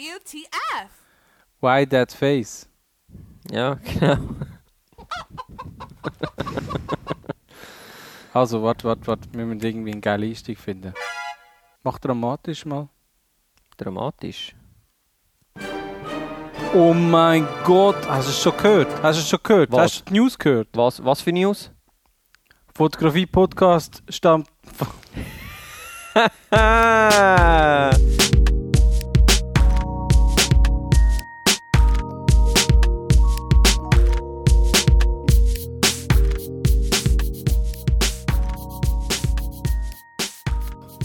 WTF? Why that face? Ja, genau. Also, warte, warte, warte. Wir müssen irgendwie einen geilen Einstieg finden. Mach dramatisch mal. Dramatisch. Oh mein Gott, hast du es schon gehört? Hast du es schon gehört? Was? Hast du die News gehört? Was, was für News? Fotografie-Podcast stammt. Ah.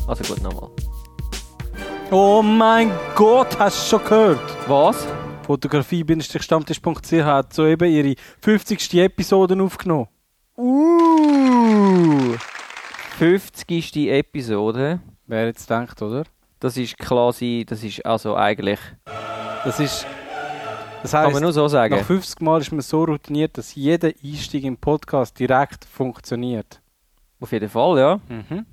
Also gut, nochmal. Oh mein Gott, hast du es schon gehört? Was? Fotografie-stammtisch.ch hat soeben ihre 50. Episode aufgenommen. Uh! 50. Episode. Wer jetzt denkt, oder? Das ist quasi, das ist also eigentlich, Das ist. Das kann man heisst, nur so nach sagen. 50 Mal ist man so routiniert, dass jeder Einstieg im Podcast direkt funktioniert. Auf jeden Fall, ja. Mhm.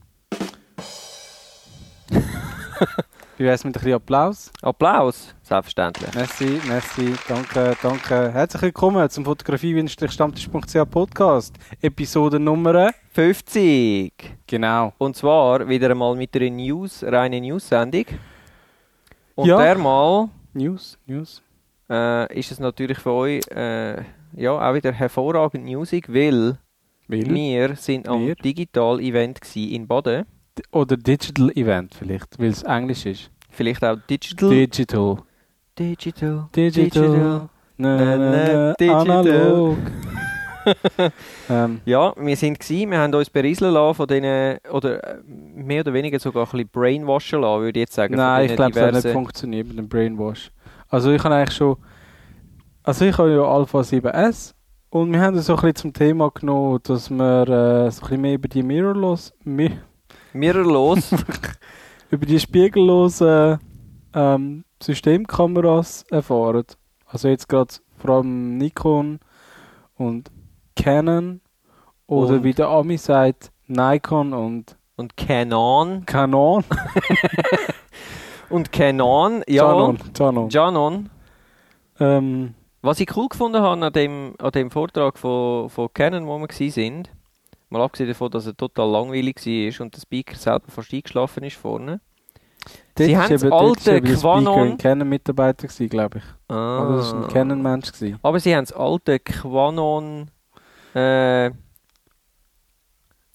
Wie wär's mit ein bisschen Applaus? Applaus, selbstverständlich. Merci, merci, danke, danke. Herzlich willkommen zum Fotografie-stammtisch.ch Podcast. Episode Nummer. 50! Genau. Und zwar wieder einmal mit einer News, reinen News-Sendung. Und Ja. dermal News, News. äh, ist es natürlich für euch äh, ja, auch wieder hervorragend Musik, weil wir sind am Wir. Digital-Event gsi in Baden. Oder Digital Event vielleicht, weil es Englisch ist. Vielleicht auch Digital. Digital. Digital. Digital. Na, na, na, Digital. Analog. ähm, Ja, wir sind gsi, wir haben uns berieseln lassen von diesen, oder äh, mehr oder weniger sogar ein bisschen brainwashen lassen, würde ich jetzt sagen. von Nein, ich diesen glaube, es hat nicht diversen- funktioniert mit dem Brainwash. Also ich habe eigentlich schon... Also ich habe ja Alpha 7S und wir haben das so ein bisschen zum Thema genommen, dass wir äh, so ein bisschen mehr über die mirrorlos... Mi Mirrorlos. über die spiegellosen ähm, Systemkameras erfahren. Also jetzt gerade vor allem Nikon und Canon oder Und- wie der Ami sagt, Nikon und und Canon. Canon. Und Canon, ja. Canon, Canon. Janon. Ähm, Was ich cool gefunden habe an dem, an dem Vortrag von, von Canon, wo wir gsi sind, mal abgesehen davon, dass er total langweilig war und der Speaker selber fast eingeschlafen ist vorne. Sie dort haben ist das eben- dort ist alte eben der Speaker Quanon- ein Canon-Mitarbeiter gewesen, glaube ich. Ah. Oder das war ein Canon-Mensch. gewesen. Aber sie haben das alte Quanon äh,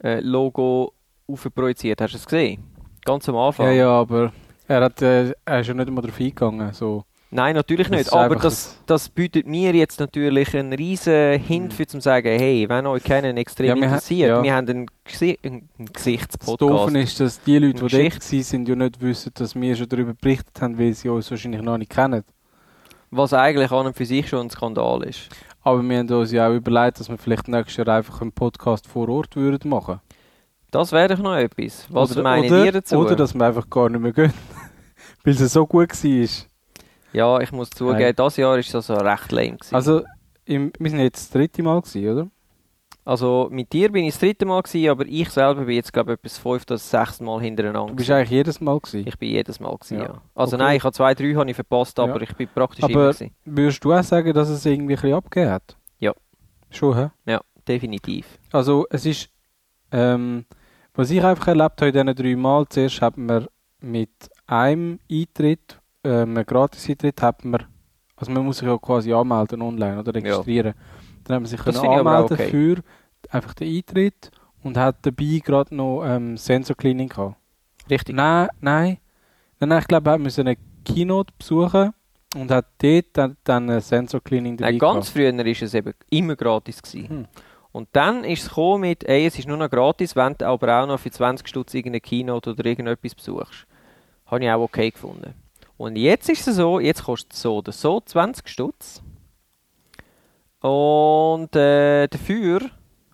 äh, Logo aufprojiziert. Hast du es gesehen? Ganz am Anfang. Ja, ja, aber er, hat, äh, er ist ja nicht mal drauf eingegangen. So. Nein, natürlich Das nicht. ist aber einfach das, das bietet mir jetzt natürlich einen riesen Hint Mhm. für zum sagen, hey, wenn euch keinen extrem Ja, wir ha- interessiert, ja. wir haben einen, Gesi einen einen Das Gesichtspodcast. Doofe ist, dass die Leute, die Geschichte. dort waren, ja nicht wissen, dass wir schon darüber berichtet haben, weil sie uns wahrscheinlich noch nicht kennen. Was eigentlich an und für sich schon ein Skandal ist. Aber wir haben uns ja auch überlegt, dass wir vielleicht nächstes Jahr einfach einen Podcast vor Ort würden machen Das wäre doch noch etwas. Was oder, meinen oder, ihr dazu? Oder dass wir einfach gar nicht mehr gehen, weil es so gut war. ja, ich muss zugeben, Nein. das Jahr ist das also recht lame. Gewesen. Also, Also, im, wir sind jetzt das dritte Mal, gewesen, oder? mit dir bin ich das dritte Mal, gewesen, aber ich selber bin jetzt, glaube ich, etwas fünf oder sechs Mal hintereinander. Du bist gewesen. eigentlich jedes Mal. Gewesen. ich bin jedes Mal. Gewesen, Ja. ja. Also Okay. nein, ich habe zwei, drei habe ich verpasst, Ja. aber ich bin praktisch Aber- immer. Gewesen. Würdest du auch sagen, dass es irgendwie ein bisschen abgegeben hat? Ja. Schon, hä? Ja, definitiv. Also es ist, ähm, was ich einfach erlebt habe in diesen drei Mal, zuerst hat man mit einem Eintritt, ähm, einem Gratis-Eintritt, hat man, also man muss sich ja quasi anmelden online oder registrieren. Dann hat man sich Das können finde ich aber anmelden auch okay. für einfach den Eintritt und hat dabei gerade noch ähm, Sensorcleaning gehabt. Richtig. Nein, nein, nein, nein, ich glaube, er hat müssen eine Keynote besuchen und hat dort dann, dann ein Sensorcleaning dabei Nein, ganz früher war es eben immer gratis. Gewesen. Hm. Und dann ist es gekommen mit, ey, es ist nur noch gratis, wenn du aber auch noch für 20 Stutz irgendeine Keynote oder irgendetwas besuchst. Habe ich auch okay gefunden. Und jetzt ist es so, jetzt kostet es so oder so 20 Stutz. Und äh, dafür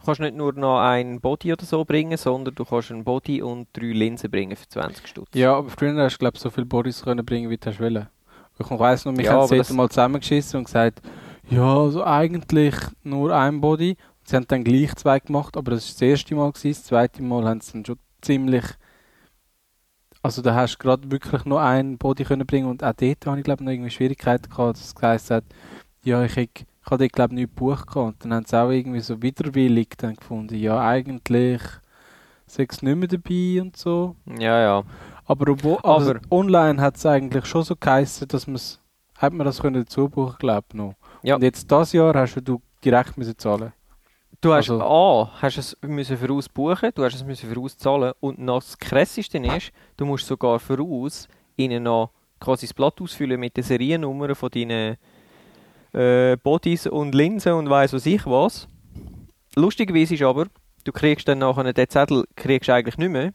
kannst du nicht nur noch einen Body oder so bringen, sondern du kannst einen Body und drei Linsen bringen für 20 Stutz. Ja, aber früher hast du, glaube ich, so viel Boris können bringen, wie du hast wollen. Ich weiss noch, mich Ja, haben aber sie dort das- mal zusammengeschissen und gesagt, ja, also eigentlich nur ein Body. Und sie haben dann gleich zwei gemacht, aber das war das erste Mal. Gewesen. Das zweite Mal haben sie dann schon ziemlich also da hast du gerade wirklich nur einen Body können bringen und auch dort habe ich glaube noch irgendwie Schwierigkeiten gehabt, dass es geheißen hat, ja, ich, hätte- ich habe dort glaube nicht gebucht gehabt. Und dann haben sie auch irgendwie so widerwillig dann gefunden, ja, eigentlich sechs nicht mehr dabei und so. Ja, ja. Aber, obwohl, also Aber- online hat es eigentlich schon so geheißen, dass man's, hat man das können dazu buchen, glaube ich, noch. Ja. Und jetzt das Jahr hast du- du direkt müssen zahlen. Du hast, Also- A, hast es müssen voraus buchen, du hast es müssen voraus zahlen und noch das Krasseste ist, du musst sogar voraus ihnen noch quasi das Blatt ausfüllen mit den Seriennummern von deinen äh, Bodies und Linsen und weiss was ich was. Lustigerweise ist aber, du kriegst dann nachher den Zettel kriegst du eigentlich nicht mehr.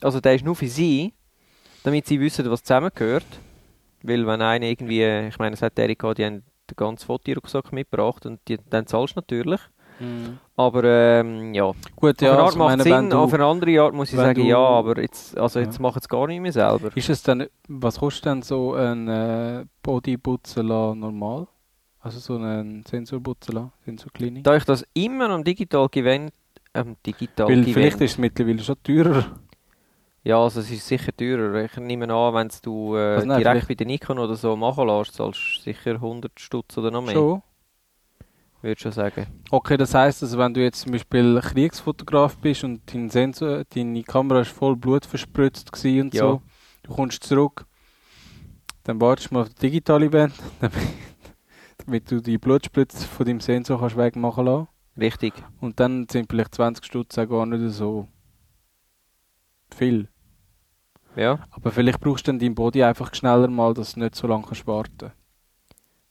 Also der ist nur für sie, damit sie wissen, was zusammengehört. Weil wenn einer irgendwie, ich meine, es hat Erika, die haben den ganzen Fotorucksack mitgebracht und die, dann zahlst du natürlich. Aber ähm, ja, Gut, ja, ja, Mhm. auf eine Art also, ich macht meine, wenn Sinn, auf du, eine andere Art muss ich wenn sagen, du- ja, aber jetzt, also Ja. jetzt machen es gar nicht mehr selber. ist es dann, was kostet denn so ein äh, Body putzen lassen normal? Also so ein Sensor putzen lassen, Sensorklinik? Da ich das immer am digital gewinnt, ähm, digital Weil gewinnt- vielleicht ist es mittlerweile schon teurer. ja, also es ist sicher teurer. Ich nehme an, wenn du äh, Also nein, direkt bei der Nikon oder so machen lässt, zahlst du sicher 100 Stutz oder noch mehr, Schon. würde ich schon sagen. Okay, das heisst, also wenn du jetzt zum Beispiel Kriegsfotograf bist und dein Sensor, deine Kamera ist voll Blut verspritzt gewesen und Ja. so, du kommst zurück, dann wartest du mal auf das digitale Event, damit, damit du die Blutspritze von deinem Sensor kannst wegmachen lassen Richtig. und dann sind vielleicht 20 Stutz auch gar nicht so viel. Ja, Aber vielleicht brauchst du dann dein Body einfach schneller mal, dass du nicht so lange kannst warten.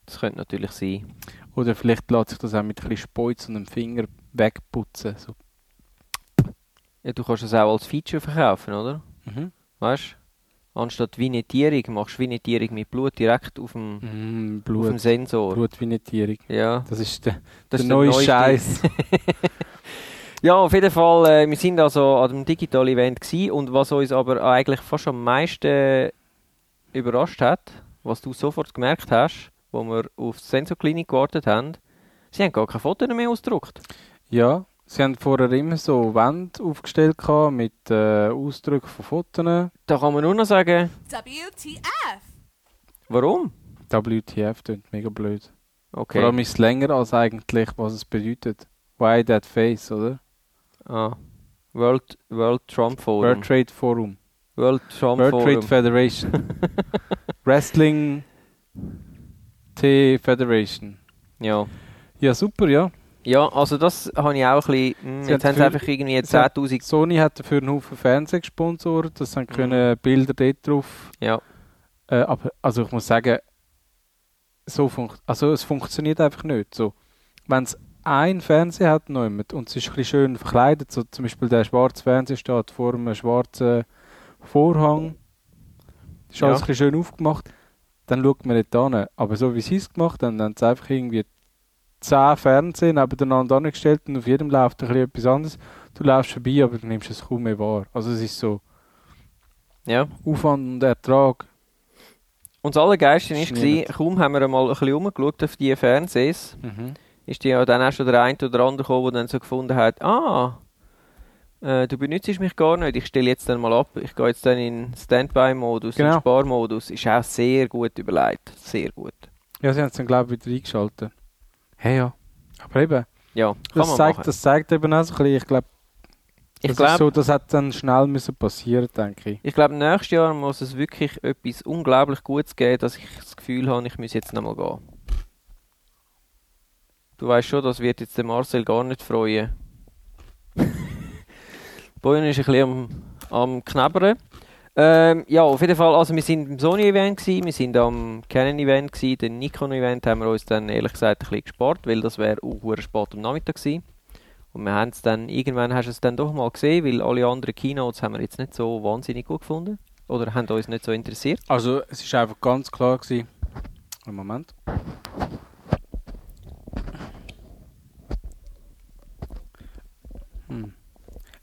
das könnte natürlich sein. Oder vielleicht lässt sich das auch mit ein bisschen Speuz und einem Finger wegputzen. So. Ja, du kannst es auch als Feature verkaufen, oder? Mhm. Weißt du? Anstatt Vignettierung machst du Vignettierung mit Blut direkt auf dem, Mm, auf dem Blut, Sensor. Blutvinettierung. Ja. Das ist der, der Das ist neue neueste- Scheiß. Ja, auf jeden Fall, äh, wir sind also an dem Digital Event gewesen und was uns aber eigentlich fast am meisten überrascht hat, was du sofort gemerkt hast, wo wir auf die Sensorklinik gewartet haben, sie haben gar keine Fotos mehr ausgedruckt. Ja, sie haben vorher immer so Wände aufgestellt gehabt mit äh, Ausdrücken von Fotos. Da kann man nur noch sagen, WTF? warum? WTF klingt mega blöd. Vor Okay. allem ist es länger als eigentlich, was es bedeutet. Why that face, oder? Ah. World, World Trump Forum. World Trade Forum. World Trump World Trade Forum. Federation. Wrestling T Federation. Ja. Ja, super, ja. ja, also das habe ich auch ein bisschen... mm, Sie jetzt haben haben sie viel- einfach irgendwie sie haben- 10'000... Sony hat dafür einen Haufen Fernsehgesponsoren, das haben Mhm. können Bilder dort drauf Ja. Äh, aber also ich muss sagen, so funkt also es funktioniert einfach nicht. So, wenn es ein Fernseher hat noch jemand und es ist ein bisschen schön verkleidet, so zum Beispiel der schwarze Fernseher steht vor einem schwarzen Vorhang, ist Ja. alles ein bisschen schön aufgemacht, dann schaut man nicht hin. Aber so wie sie es gemacht haben, haben sie einfach irgendwie zehn Fernseher nebeneinander angestellt und auf jedem läuft ein bisschen etwas anderes. Du läufst vorbei, aber du nimmst es kaum mehr wahr. Also es ist so Ja. Aufwand und Ertrag. Und das Allergeilste war, Schmierend. kaum haben wir mal ein bisschen rumgeschaut auf die Fernsehs, ist ja dann auch schon der eine oder andere gekommen, der dann so gefunden hat, ah, äh, du benutzt mich gar nicht, ich stelle jetzt dann mal ab, ich gehe jetzt dann in Standby-Modus, in Genau. Sparmodus. Ist auch sehr gut überlegt, sehr gut. Ja, sie haben es dann, glaube ich, wieder eingeschaltet. Hey, ja. Aber eben, Ja, kann das man zeigt, machen. das zeigt eben auch so ein bisschen, ich glaube, ich das, glaube, ist so, das hat dann schnell müssen passieren, denke ich. ich glaube, nächstes Jahr muss es wirklich etwas unglaublich Gutes geben, dass ich das Gefühl habe, ich muss jetzt nochmal gehen. Du weißt schon, das wird jetzt der Marcel gar nicht freuen. Boyen ist ein bisschen am, am Knabbern. Ähm, ja, auf jeden Fall, also wir sind im Sony-Event, gewesen, wir sind am Canon-Event, gewesen, den Nikon-Event haben wir uns dann ehrlich gesagt ein bisschen gespart, weil das wäre auch verdammt spät am Nachmittag gewesen. Und wir haben es dann, irgendwann hast du es dann doch mal gesehen, weil alle anderen Keynotes haben wir jetzt nicht so wahnsinnig gut gefunden. Oder haben uns nicht so interessiert. Also, es ist einfach ganz klar gewesen. Einen Moment. Hm.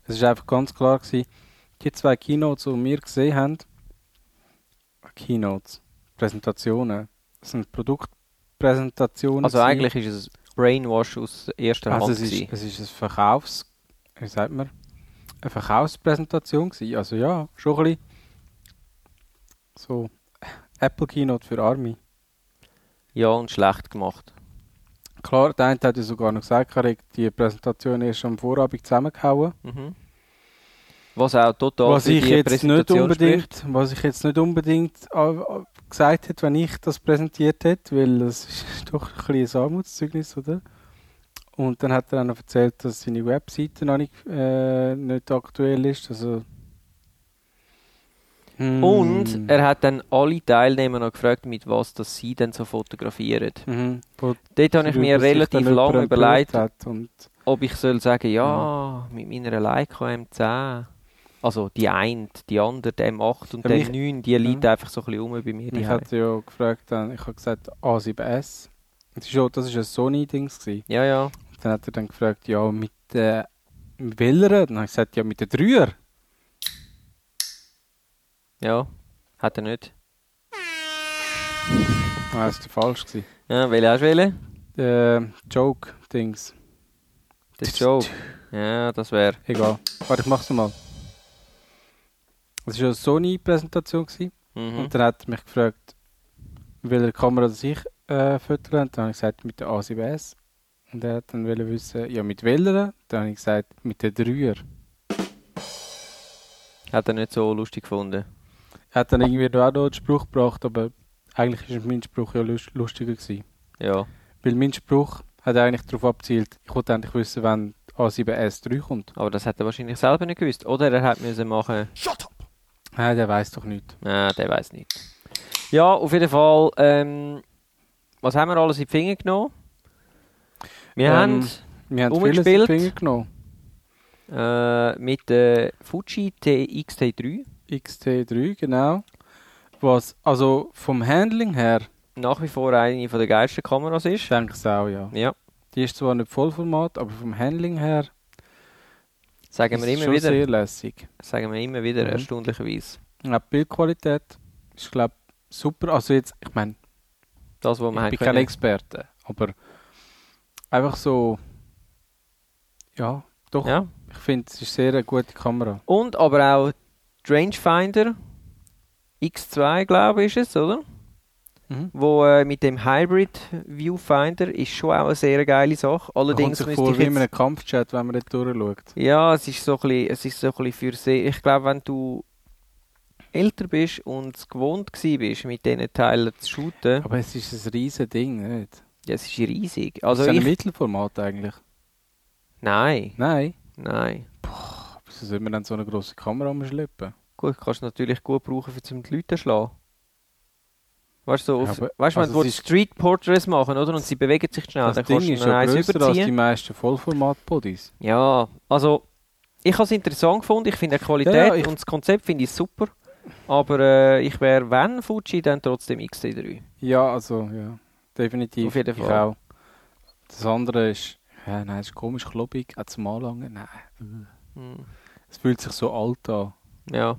Es ist einfach ganz klar gewesen, die zwei Keynotes, die wir gesehen haben, Keynotes, Präsentationen, das sind Produktpräsentationen. Also gewesen. eigentlich ist es Brainwash aus erster Hand. Also es ist, gewesen. es ist ein Verkaufs... Wie sagt man? Eine Verkaufspräsentation gewesen. Also ja, schon ein bisschen. So Apple Keynote für Army. Ja, und schlecht gemacht. Klar, der eine hat ja sogar noch gesagt, er hat die Präsentation erst am Vorabend zusammengehauen. Mhm. Was auch total was für ich die jetzt nicht Präsentation spricht. unbedingt, was ich jetzt nicht unbedingt äh, äh, gesagt hätte, wenn ich das präsentiert hätte, weil das ist doch ein kleines Armutszeugnis, oder? Und dann hat er auch noch erzählt, dass seine Webseite noch nicht, äh, nicht aktuell ist. Also, Hm. Und er hat dann alle Teilnehmer noch gefragt, mit was dass sie denn so fotografieren. mhm. Wo Dort habe ich mir darüber sich dann relativ jemand lange empört überlegt, hat Und ob ich soll sagen, ja, mit meiner Leica M10. Also die eine, die andere, die M8 und Für die mich- M9, die liegt einfach so ein bisschen rum bei mir. mich Die hat ja gefragt, dann, ich habe gesagt A7S. Das ist ja- das war ein Sony-Dings. gewesen. ja, ja. Dann hat er dann gefragt, ja, mit, äh, mit welcher? Dann habe ich gesagt, ja, mit der Dreier. Ja, hat er nicht. Ah, das war falsch. Gewesen. Ja, welche hast du wählen? Äh, Joke-Dings. Der Joke. Ja, das wäre. Egal. Warte, ich mach's nochmal. Das war eine Sony-Präsentation. gewesen. Mhm. Und dann hat er mich gefragt, welche Kamera das ich äh, füttere. Dann habe ich gesagt, mit der A7S. Und er hat dann wollte wissen, ja, mit welcher? Dann habe ich gesagt, mit der Dreier. äh, Hat er nicht so lustig gefunden. Er hat dann irgendwie auch noch einen Spruch gebracht, aber eigentlich war mein Spruch ja lust- lustiger. Gewesen. Ja. Weil mein Spruch hat eigentlich darauf abzielt, ich wollte eigentlich wissen, wann A7S3 kommt. Aber das hat er wahrscheinlich selber nicht gewusst. Oder er hat müssen machen. Nein, der weiß doch nicht. Nein, der weiß nicht. Ja, auf jeden Fall. Ähm, was haben wir alles in die Finger genommen? Wir Ähm, haben. Wir haben Umgespielt. vieles in die Finger genommen. Äh, mit der Fuji TXT3. XT3, genau. Was also vom Handling her, Nach wie vor eine der geilsten Kameras ich ist. denke es auch, ja. Ja, Die ist zwar nicht Vollformat, aber vom Handling her sagen ist wir es immer schon wieder. sehr lässig. Sagen wir immer wieder, Mhm. erstaunlicherweise. Ja, die Bildqualität ist, glaube ich, super. Also jetzt, ich meine, Das, was wir ich haben bin kein können. Experte, aber einfach so, ja, doch, Ja. ich finde, es ist sehr eine gute Kamera. Und aber auch die Rangefinder X2, glaube ich, ist es, oder? Mhm. Wo äh, mit dem Hybrid Viewfinder ist schon auch eine sehr geile Sache. Allerdings kommt Allerdings sich müsste vor ich wie in jetzt, einem Kampfchat, wenn man dort durchschaut. Ja, es ist so ein bisschen, es ist so ein bisschen für sehr. Ich glaube, wenn du älter bist und es gewohnt gewesen bist, mit diesen Teilen zu shooten, Aber es ist ein riesiges Ding, nicht? ja, es ist riesig. Also Also ist es ein ich, Mittelformat eigentlich? nein, Nein. nein. Wieso soll man dann so eine grosse Kamera umschleppen? Gut, kannst du natürlich gut brauchen, für zum die Leute zu schlagen. Weißt du, so Ja, auf, aber- weißt, du, also wenn du es ist- Street Portraits machen, oder? Und sie bewegen sich schnell, das dann Ding kannst du ist noch ja eins grösser als die überziehen. meisten Vollformat-Bodies. Ja, also ich habe es interessant gefunden. Ich finde die Qualität Ja, ja, ich- und das Konzept finde ich super. Aber äh, ich wäre, wenn Fuji, dann trotzdem XT3. Ja, also, ja. Definitiv. Auf jeden Ich Fall. auch. Das andere ist, ja, nein, es ist komisch, klobig, auch zum Anlangen, nein. Hm. Es fühlt sich so alt an. Ja.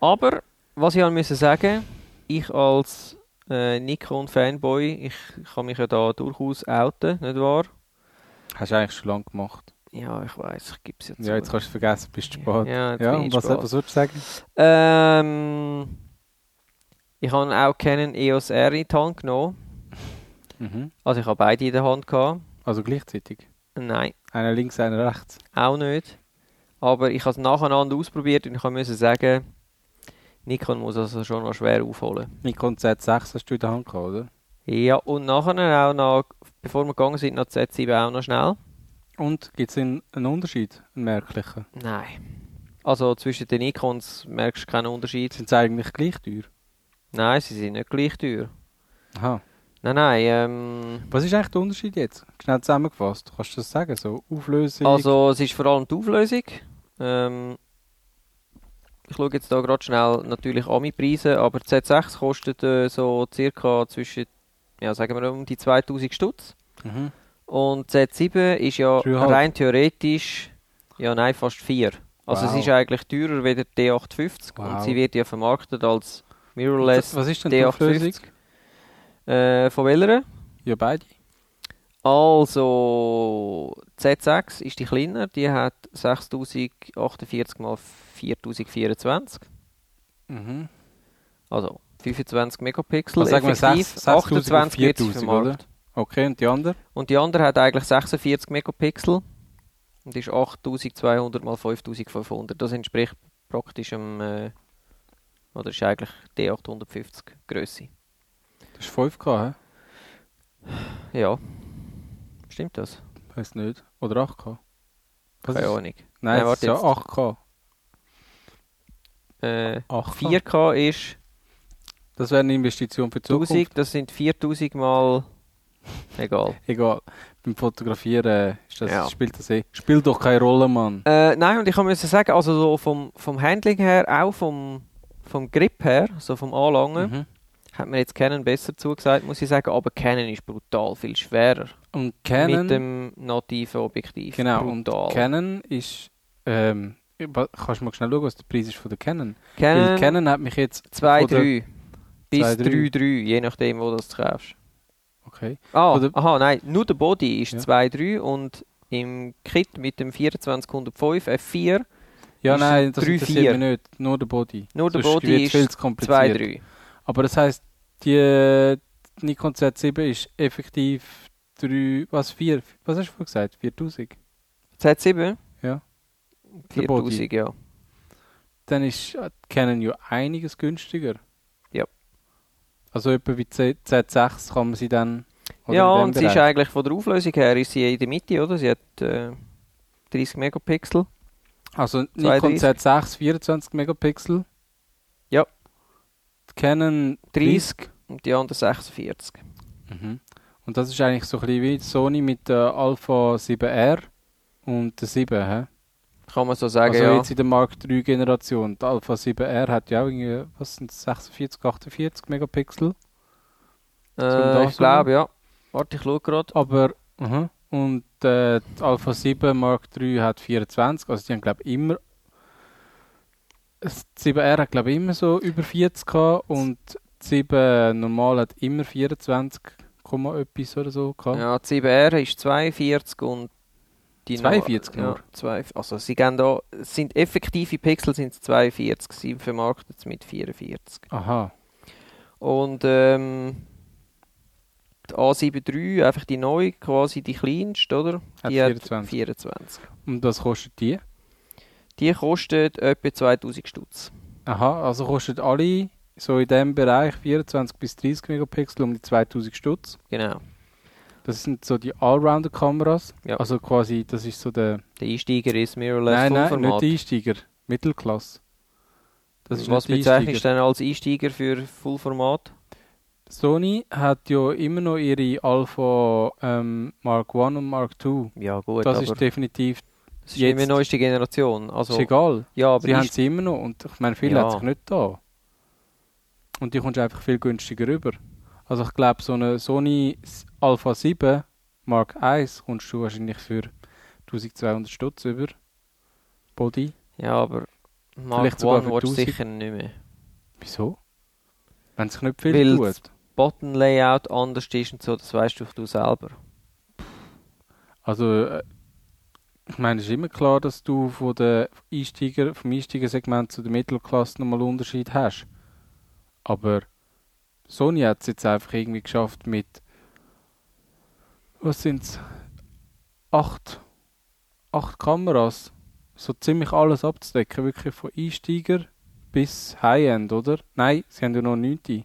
Aber was ich halt müssen sagen, ich als äh, Nikon-Fanboy, ich kann mich ja da durchaus outen, nicht wahr? Hast du eigentlich schon lange gemacht. Ja, ich weiß, ich gebe es jetzt. Ja, jetzt kannst du vergessen, bist du spät. Ja, jetzt Ja, bin ich und was, spät. was würdest du sagen? Ähm, ich habe auch Canon EOS R in die Hand genommen. Mhm. Also ich habe beide in der Hand gehabt. Also gleichzeitig. Nein, Einer links, einer rechts. auch nicht. Aber ich habe es nacheinander ausprobiert und ich musste sagen, Nikon muss also schon noch schwer aufholen. Nikon Z6 hast du in der Hand gehabt, oder? Ja, und nachher auch noch, bevor wir gegangen sind, noch die Z7 auch noch schnell. Und gibt es einen einen Unterschied, einen merklichen? Nein. Also zwischen den Nikons merkst du keinen Unterschied. Sind sie eigentlich gleich teuer? Nein, sie sind nicht gleich teuer. Aha. Nein, nein, ähm... Was ist eigentlich der Unterschied jetzt? Schnell zusammengefasst, kannst du das sagen? So Auflösung? Also es ist vor allem die Auflösung. Ähm, ich schaue jetzt da gerade schnell natürlich Ami-Preise, aber die Z6 kostet äh, so circa zwischen, ja sagen wir um die 2000 Stutz. Mhm. Und Z7 ist ja Dreieinhalb. rein theoretisch, ja nein, fast 4. Also es Wow. ist eigentlich teurer wie der D850 und Wow. sie wird ja vermarktet als Was Mirrorless was ist denn die Auflösung? D850. Äh, von welcher? Ja, beide. Also, Z6 ist die kleiner, die hat 6048 mal 4024. Mhm. Also 25 Megapixel, Also sagen wir effektiv, 6 6000 auf 28 gibt es 4000, für oder? Markt. Okay, und die andere? Und die andere hat eigentlich 46 Megapixel und ist 8200 mal 5500. Das entspricht praktisch einem, äh, oder ist eigentlich D850 Größe. Das ist 5K, Ja. Stimmt das? hä? Weiß nicht. Oder 8K? Was Keine ist- Ahnung. Nein, Nein, das warte ist ja jetzt. 8K. Äh, 8K. 4K ist Das wäre eine Investition für die Zukunft. 1000, das sind 4000 mal. Egal. Egal. Beim Fotografieren äh, ist das, Ja. spielt das eh. Spielt doch keine Rolle, Mann. Äh, nein, und ich muss sagen, also so vom, vom Handling her, auch vom, vom Grip her, so vom Anlangen, Mhm. hat mir jetzt Canon besser zugesagt, muss ich sagen. Aber Canon ist brutal viel schwerer Und Canon. mit dem nativen Objektiv. genau, brutal. und Canon ist. Ähm, wa- kannst du mal schnell schauen, was der Preis ist von der Canon? Weil Canon, Canon hat mich jetzt. 2, oder- 3 bis 2, 3, 3. 3, je nachdem, wo du das kaufst. Okay. Ah, Oder- aha, nein, nur der Body ist Ja. 2, 3 und im Kit mit dem 2405 F4 Ja, Ist nein, das drei, interessiert vier. mich nicht. Nur der Body. Nur der Sonst Body wird's ist viel zu 2, kompliziert. 3. Aber das heisst, die äh, die Nikon Z7 ist effektiv 3, was 4, was hast du vorhin gesagt? 4000? Z7? Ja. Der Body. 4000, ja. Dann ist äh, die Canon ja einiges günstiger. Ja. Also etwa wie Z Z6 kann man sie dann... oder ja, in dem und sie ist Bereich. eigentlich von der Auflösung her ist sie in der Mitte, oder? Sie hat äh, 30 Megapixel. Also Nikon 32. Z6 24 Megapixel. Ja. Die Canon 30 und die andere 46. Mhm. Und das ist eigentlich so ein bisschen wie die Sony mit der Alpha 7R und der 7, hä? Kann man so sagen, also ja. jetzt in der Mark 3 Generation. Die Alpha 7R hat ja auch irgendwie, was sind 46, 48 Megapixel. äh, ich Datum? glaube, ja. Warte, ich schaue gerade. Aber, mhm. und äh, die Alpha 7 Mark 3 hat 24, also die haben glaube ich immer, das 7R hat glaube ich immer so über 40 gehabt und die 7 normal hat immer 24, Komma etwas oder so gehabt. Ja, die 7R ist 42 und die 42 nur. nur? Ja, zwei, also sie gehen da, es sind effektive Pixel sind es 42, sie vermarktet es mit 44. Aha, Und ähm, die A7 III, einfach die neue, quasi die kleinste, oder? hat Die 24. 24. Und was kostet die? Die kostet etwa 2000 Stutz. Aha, also kostet alle so in dem Bereich 24 bis 30 Megapixel um die 2000 Stutz. Genau, Das sind so die Allrounder-Kameras. Ja. Also quasi, das ist so der. der Einsteiger ist Mirrorless Nein, nein, Vollformat. nicht Einsteiger. Mittelklasse. Das ist Was nicht bezeichnest du Einsteiger. denn als Einsteiger für Fullformat? Sony hat ja immer noch ihre Alpha ähm, Mark I und Mark II. Ja gut, das aber ist definitiv das ist nicht mehr jetzt- neueste Generation. Also, ist egal. ja, aber Sie haben Einst- sie immer noch und ich meine, viel Ja. hat sich nicht da. Und die kommst du einfach viel günstiger rüber. Also ich glaube, so eine Sony S- Alpha 7 Mark I kommst du wahrscheinlich für 1200 Stutz über. Body. Ja, aber Mark Vielleicht sogar One für willst du 1000. sicher nicht mehr. Wieso? Wenn sich nicht viel Weil tut. Button-Layout anders ist und so, das weißt du du selber. Also äh, ich meine, es ist immer klar, dass du von der Einsteiger, vom Einsteigersegment zu der Mittelklasse nochmal einen Unterschied hast. Aber Sony hat es jetzt einfach irgendwie geschafft mit was sind's? Acht, acht Kameras. So ziemlich alles abzudecken. Wirklich von Einsteiger bis High-End, oder? Nein, sie haben ja noch 90.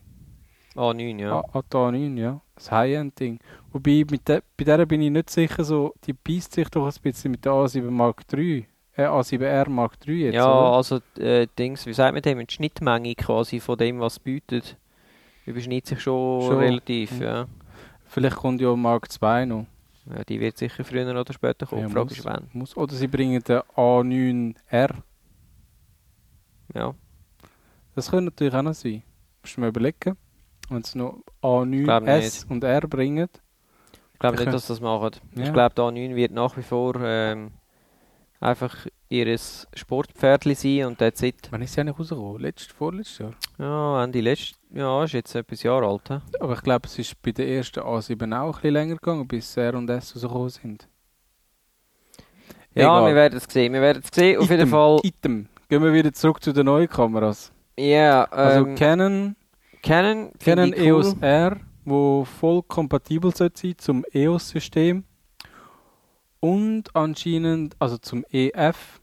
A9, Ah, ja. Ja. Atta 9, ja. Das High-End-Ding. Wobei, mit de, bei der bin ich nicht sicher, so, die beißt sich doch ein bisschen mit der A7 Mark III, äh, A7R Mark III jetzt, ja, oder? also äh, Dings, wie sagt man dem, die Schnittmenge quasi von dem, was es bietet, überschneidet sich schon, Schon. relativ. Mhm. Ja. Vielleicht kommt ja Mark II noch. Ja, die wird sicher früher oder später kommen, Ja, Die Frage muss. ist wann. Muss, oder sie bringen den A9R. Ja. Das könnte natürlich auch noch sein. Musst du mal überlegen. Wenn sie noch Glaub A9S nicht. und R bringen. Ich glaube Ich- nicht, dass sie das machen. Ja. Ich glaube, die A9 wird nach wie vor ähm, einfach ihr Sportpferdli sein und that's it. Wann ist sie eigentlich rausgekommen? Letztes, vorletztes Jahr? Ja, Ende letztes ja, ist jetzt etwas Jahr alt. hä? Aber ich glaube, es ist bei der ersten A7 auch ein bisschen länger gegangen, bis R und S rausgekommen sind. Ja, Egal. wir werden es sehen. Wir werden es sehen. Auf jeden Item, Fall Item. Gehen wir wieder zurück zu den neuen Kameras. Ja, Also ähm, Canon, Canon, find Canon ich EOS cool. R, wo voll kompatibel sollte sein zum EOS-System und anscheinend, also zum EF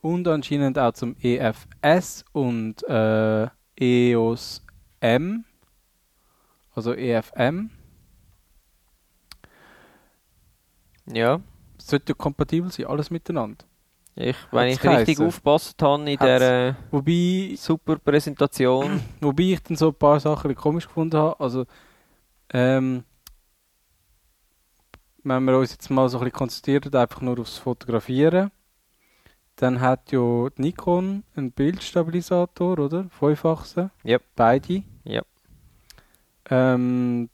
und anscheinend auch zum EFS und äh, EOS M, also EFM, Ja, sollte kompatibel sein, alles miteinander. ich, wenn Hat's ich richtig geheissen? aufgepasst habe in Hat's- dieser Wobei super Präsentation. Wobei ich dann so ein paar Sachen ein bisschen komisch gefunden habe. Also, ähm, wenn wir uns jetzt mal so ein bisschen konzentrieren, einfach nur aufs Fotografieren, dann hat ja die Nikon einen Bildstabilisator, oder? Fünfachse. Yep. Beide. Yep. Ähm,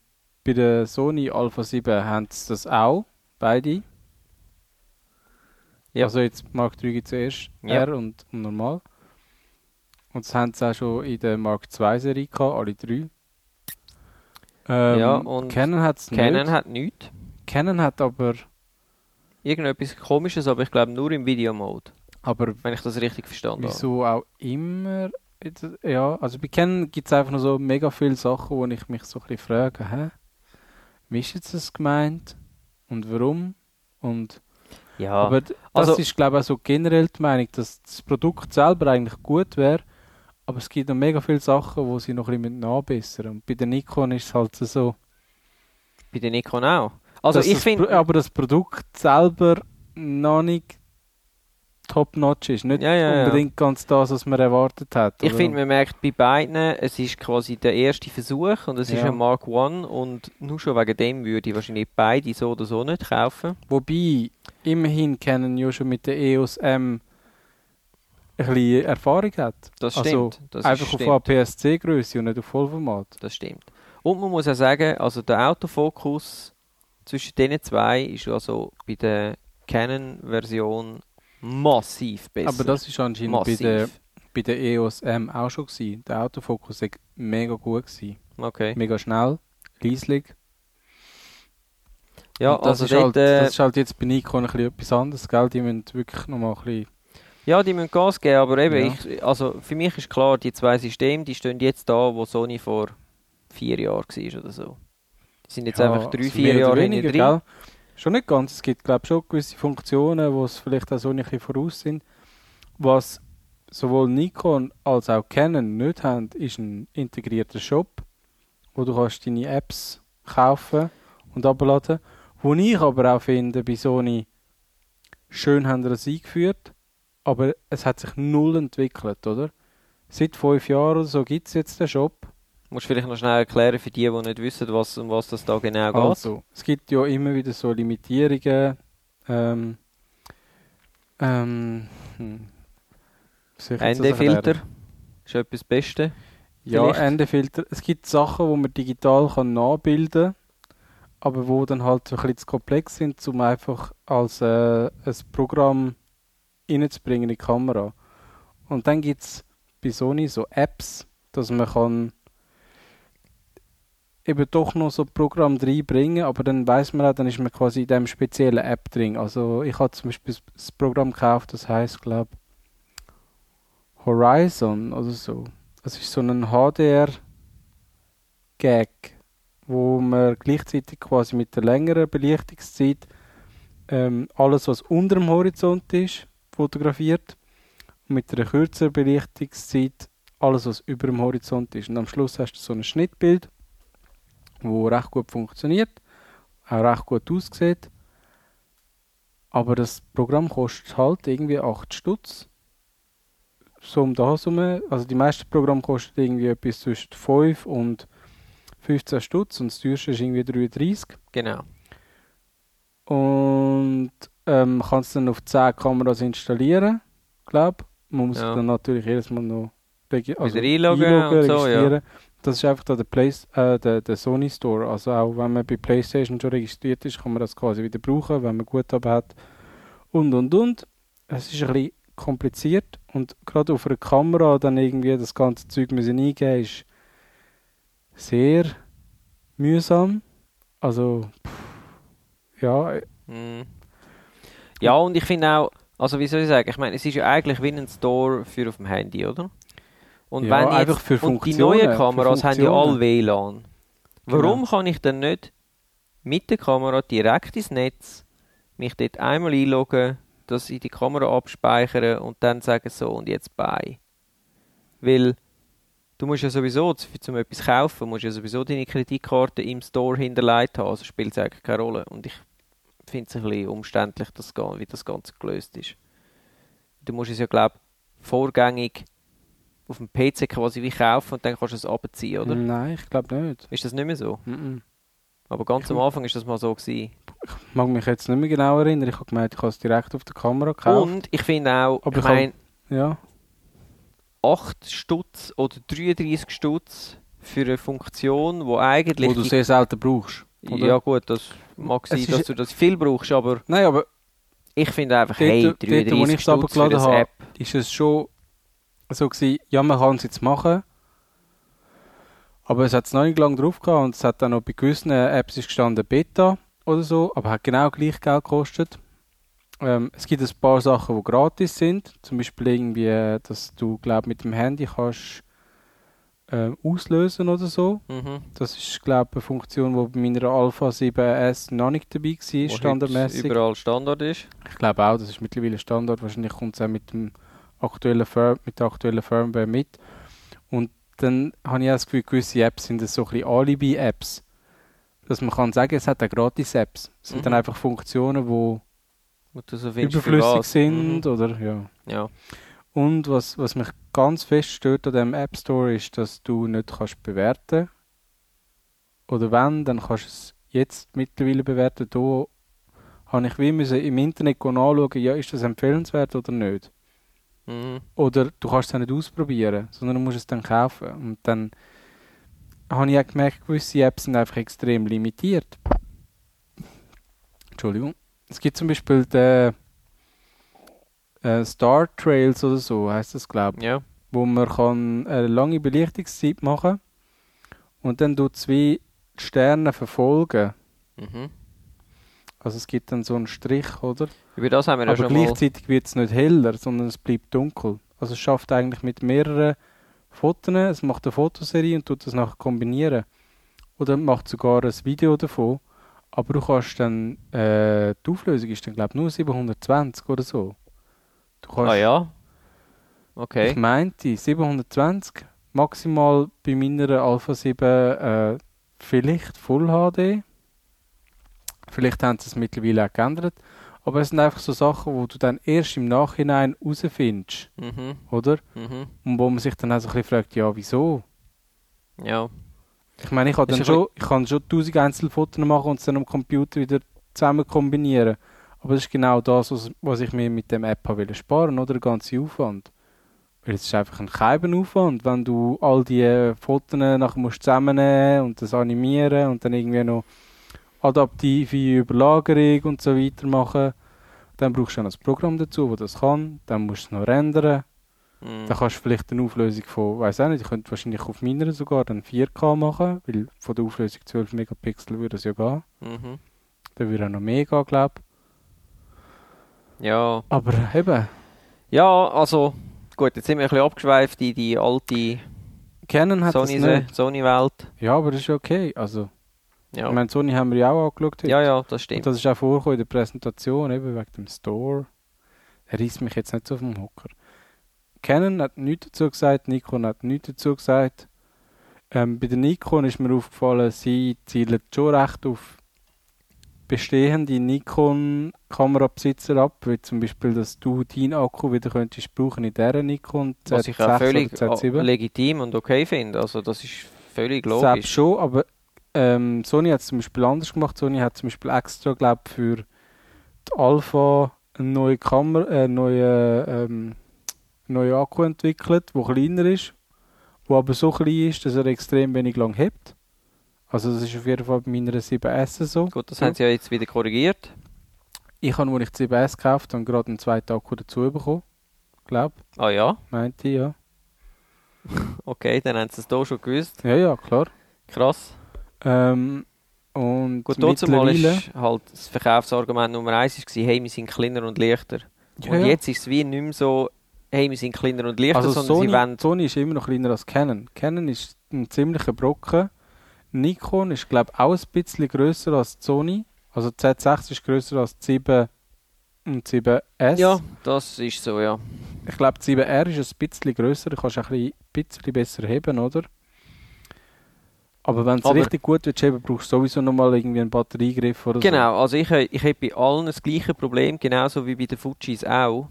bei der Sony Alpha 7 haben sie das auch, beide. Yep. Also jetzt Mark 3 gibt zuerst Yep. R und, und normal. Und das haben sie auch schon in der Mark 2 Serie gehabt, alle drei. Ähm, Ja, und Canon hat es nicht. Canon hat nichts. Canon hat aber, Irgendetwas komisches, aber ich glaube nur im Videomode, aber wenn ich das richtig verstanden habe. wieso auch immer, jetzt- ja, also bei Canon gibt es einfach noch so mega viele Sachen, wo ich mich so ein bisschen frage, hä? Wie ist jetzt das gemeint? Und warum? Und, Ja, Aber d- das Also- ist glaube ich auch so generell die Meinung, dass das Produkt selber eigentlich gut wäre, aber es gibt noch mega viele Sachen, wo sie noch ein bisschen nachbessern müssen. Und bei der Nikon ist es halt so, bei der Nikon auch. Also dass ich das finde, Pro- aber das Produkt selber noch nicht top-notch ist. Nicht Ja, ja, ja. unbedingt ganz das, was man erwartet hat. ich oder? finde, man merkt bei beiden, es ist quasi der erste Versuch und es ist Ja. ein Mark One und nur schon wegen dem würde ich wahrscheinlich beide so oder so nicht kaufen. Wobei, immerhin Canon ja schon mit der EOS M ein bisschen Erfahrung hat. Das stimmt. Also, das ist- Einfach auf stimmt. APS-C-Größe und nicht auf Vollformat. Das stimmt. Und man muss auch sagen, also der Autofokus zwischen diesen zwei ist also bei der Canon-Version massiv besser. Aber das ist anscheinend bei massiv. der, bei der EOS M auch schon gewesen. Der Autofokus war mega gut. Gewesen. okay. Mega schnell, leislich. Ja, Und das, also ist halt, dort, äh, das ist halt jetzt bei Nikon ein bisschen etwas anderes. Gell? Die müssen wirklich nochmal ein bisschen... ja, die müssen Gas geben, aber eben, Ja. ich, also für mich ist klar, die zwei Systeme, die stehen jetzt da, wo Sony vor vier Jahren war oder so. Die sind jetzt Ja, einfach drei, also mehr vier oder Jahre hinten weniger, drin. gell? Schon nicht ganz. Es gibt, glaube ich, schon gewisse Funktionen, wo es vielleicht auch so ein bisschen voraus sind. Was sowohl Nikon als auch Canon nicht haben, ist ein integrierter Shop, wo du kannst deine Apps kaufen und abladen. Wo ich aber auch finde, bei Sony schön haben sie das eingeführt, aber es hat sich null entwickelt, oder? Seit fünf Jahren oder so gibt es jetzt den Shop. Musst du vielleicht noch schnell erklären für die, die nicht wissen, was, um was das da genau geht. Also, es gibt ja immer wieder so Limitierungen. Ähm, ähm, hm. Wie soll ich jetzt das erklären? ND-Filter ist etwas Beste. Ja, vielleicht. ND-Filter. Es gibt Sachen, die man digital kann nachbilden kann, aber wo dann halt so ein bisschen zu komplex sind, um einfach als äh, ein Programm reinzubringen in die Kamera. Und dann gibt es bei Sony so Apps, dass man kann eben doch noch so ein Programm reinbringen, aber dann weiß man auch, dann ist man quasi in diesem speziellen App drin. Also ich habe zum Beispiel das Programm gekauft, das heißt glaube Horizon oder so. Das ist so ein HDR-Gag, wo man gleichzeitig quasi mit der längeren Belichtungszeit ähm, alles, was unter dem Horizont ist, fotografiert und mit einer kürzeren Belichtungszeit alles, was über dem Horizont ist. Und am Schluss hast du so ein Schnittbild, wo recht gut funktioniert, auch recht gut aussieht. Aber das Programm kostet halt irgendwie 8 Stutz. So um das herum. Also die meisten Programme kosten irgendwie etwas zwischen 5 und 15 Stutz und das teuerste ist irgendwie 33 Genau. und ähm, kannst dann auf 10 Kameras installieren, glaube Man muss Ja. sich dann natürlich jedes Mal noch regi- einloggen und so, ja. also Das ist einfach da der, Play äh, der, der Sony Store. Also auch wenn man bei PlayStation schon registriert ist, kann man das quasi wieder brauchen, wenn man Guthaben hat. Und, und, und. Es ist ein bisschen kompliziert und gerade auf einer Kamera dann irgendwie das ganze Zeug müssen eingeben ist sehr mühsam. Also, pff, ja, Mhm. Mm. Ja, und ich finde auch, also wie soll ich sagen, ich meine, es ist ja eigentlich wie ein Store für auf dem Handy, oder? Und, Ja, wenn ich einfach für jetzt, und die Funktionen, neuen für Kameras haben ja Funktionen. alle WLAN. Warum Genau. kann ich dann nicht mit der Kamera direkt ins Netz mich dort einmal einloggen, dass ich die Kamera abspeichere und dann sagen so und jetzt bei? Weil du musst ja sowieso, zum etwas kaufen, musst ja sowieso deine Kreditkarte im Store hinterlegt haben, also spielt es eigentlich keine Rolle. Und ich finde es ein bisschen umständlich, das, Gan- wie das Ganze gelöst ist. Du musst es ja, glaube ich, vorgängig auf dem PC quasi wie kaufen und dann kannst du es abziehen, oder? Nein, ich glaube nicht. Ist das nicht mehr so? Mhm. Aber ganz Ich- am Anfang ist das mal so gewesen. Ich mag mich jetzt nicht mehr genau erinnern. Ich habe gemeint, ich habe es direkt auf der Kamera gekauft. Und ich finde auch, Aber ich ich hab- meine, Ja. 8 Stutz oder 33 Stutz für eine Funktion, wo eigentlich... Wo du die- sehr selten brauchst. oder? ja gut, das mag Es sein, ist- dass du das viel brauchst, aber Nein, aber ich finde einfach, Dort- hey, dort, wo 33 ich's Stutz für runtergeladen eine habe. App. ist es schon so gewesen, ja, man kann es jetzt machen. Aber es hat es noch nicht lange drauf gehabt und es hat dann noch bei gewissen Apps ist gestanden Beta oder so, aber hat genau gleich Geld gekostet. Ähm, es gibt ein paar Sachen, die gratis sind. Zum Beispiel irgendwie, äh, dass du, glaube mit dem Handy kannst ähm, auslösen oder so. Mhm. Das ist, glaube eine Funktion, die bei meiner Alpha 7S noch nicht dabei war, Wo standardmäßig. heute überall Standard ist. Ich glaube auch, das ist mittlerweile Standard. Wahrscheinlich kommt es auch mit, dem aktuellen Firm, mit der aktuellen Firmware mit. Und dann habe ich auch das Gefühl, gewisse Apps sind so ein bisschen Alibi-Apps. Dass man kann sagen, es hat auch Gratis-Apps. Es sind Mhm. dann einfach Funktionen, die Wo du so findest, für überflüssig was. sind. Mhm. Oder, ja. Ja. Und was, was mich ganz fest stört an dem App Store ist, dass du nicht kannst bewerten Oder wenn, dann kannst du es jetzt mittlerweile bewerten. Da habe ich wie müssen im Internet gehen anschauen, ja, ist das empfehlenswert oder nicht. Mhm. Oder du kannst es auch nicht ausprobieren, sondern du musst es dann kaufen. Und dann habe ich auch gemerkt, gewisse Apps sind einfach extrem limitiert. Entschuldigung. Es gibt zum Beispiel den äh, Star Trails oder so, heißt das, glaube ich, Ja. wo man kann eine lange Belichtungszeit machen und dann durch zwei Sterne verfolgen. Mhm. Also es gibt dann so einen Strich, oder? Über das haben wir ja Aber schon mal... gleichzeitig wird es nicht heller, sondern es bleibt dunkel. Also es schafft eigentlich mit mehreren Fotos, es macht eine Fotoserie und tut das nachher kombinieren. Oder macht sogar ein Video davon. Aber du kannst dann, äh, die Auflösung ist dann glaube ich nur 720 oder so. Du kannst, Ah ja? ich Okay. meinte 720, maximal bei meiner Alpha 7 äh, vielleicht Full HD. Vielleicht haben sie es mittlerweile auch geändert. Aber es sind einfach so Sachen, wo du dann erst im Nachhinein herausfindest, Mhm. oder? Mhm. Und wo man sich dann auch so ein bisschen fragt, ja, wieso? Ja. Ich meine, ich kann, Ist dann ein schon, ich kann schon 1000 Einzelfotos machen und es dann am Computer wieder zusammen kombinieren. Aber das ist genau das, was, was ich mir mit dem App habe wollen sparen oder? Der ganze Aufwand. Weil es ist einfach ein Keibenaufwand, wenn du all die Fotos nachher musst zusammennehmen und das animieren und dann irgendwie noch adaptive Überlagerung und so weiter machen. Dann brauchst du noch ein Programm dazu, das das kann. Dann musst du es noch rendern. Mhm. Da kannst du vielleicht eine Auflösung von, weiß auch nicht, ich könnte wahrscheinlich auf meiner sogar dann 4K machen, weil von der Auflösung 12 Megapixel würde es ja gehen. Mhm. Da würde auch noch mehr gehen, glaube ich. Ja. Aber eben, Ja, also... Gut, jetzt sind wir ein bisschen abgeschweift in die alte Canon hat das Sony-Welt. nicht. Sony -Welt. Ja, aber das ist okay. Also, ja. ich meine, Sony haben wir ja auch angeschaut. heute. ja, ja, das Und stimmt. das ist auch vorgekommen in der Präsentation, eben wegen dem Store. Er reißt mich jetzt nicht so vom Hocker. Canon hat nichts dazu gesagt, Nikon hat nichts dazu gesagt. Ähm, bei der Nikon ist mir aufgefallen, sie zielen schon recht auf bestehende Nikon-Kamerabesitzer ab, wie zum Beispiel, dass du deinen Akku wieder könntest brauchen in dieser Nikon Z6 was ich auch völlig oder Z7. a- legitim und okay finde. Also das ist völlig Selbst logisch. schon, aber ähm, Sony hat es zum Beispiel anders gemacht. Sony hat zum Beispiel extra, glaube ich, für die Alpha eine neue Kamera, äh, neue, ähm, neue Akku entwickelt, wo kleiner ist, wo aber so klein ist, dass er extrem wenig lang hebt. Also das ist auf jeden Fall bei meiner 7S so. Gut, das Ja. haben sie ja jetzt wieder korrigiert. Ich habe, als ich die 7S gekauft habe, gerade einen zweiten Akku dazu bekommen. Glaube, Ah ja, meinte ich, ja. okay, dann haben sie es hier schon gewusst. Ja, ja, klar. Krass. Ähm, und Gut, dazumal mittlerweile- ist halt das Verkaufsargument Nummer eins war, hey, wir sind kleiner und leichter. Ja, und ja. jetzt ist es wie nicht mehr so hey, wir sind kleiner und leichter, Also sondern sie Sony, wollen... Sony ist immer noch kleiner als Canon. Canon ist ein ziemlicher Brocken. Nikon ist glaube ich auch ein bisschen grösser als die Sony. Also die Z6 ist grösser als die 7 und die 7S. Ja, das ist so, ja. Ich glaube, die 7R ist ein bisschen grösser, du kannst ein bisschen- bisschen besser heben, oder? Aber wenn du Aber- es richtig gut willst, heben, brauchst du sowieso nochmal irgendwie einen Batteriegriff oder so. Genau, also ich, äh, ich habe bei allen das gleiche Problem, genauso wie bei den Fujis auch.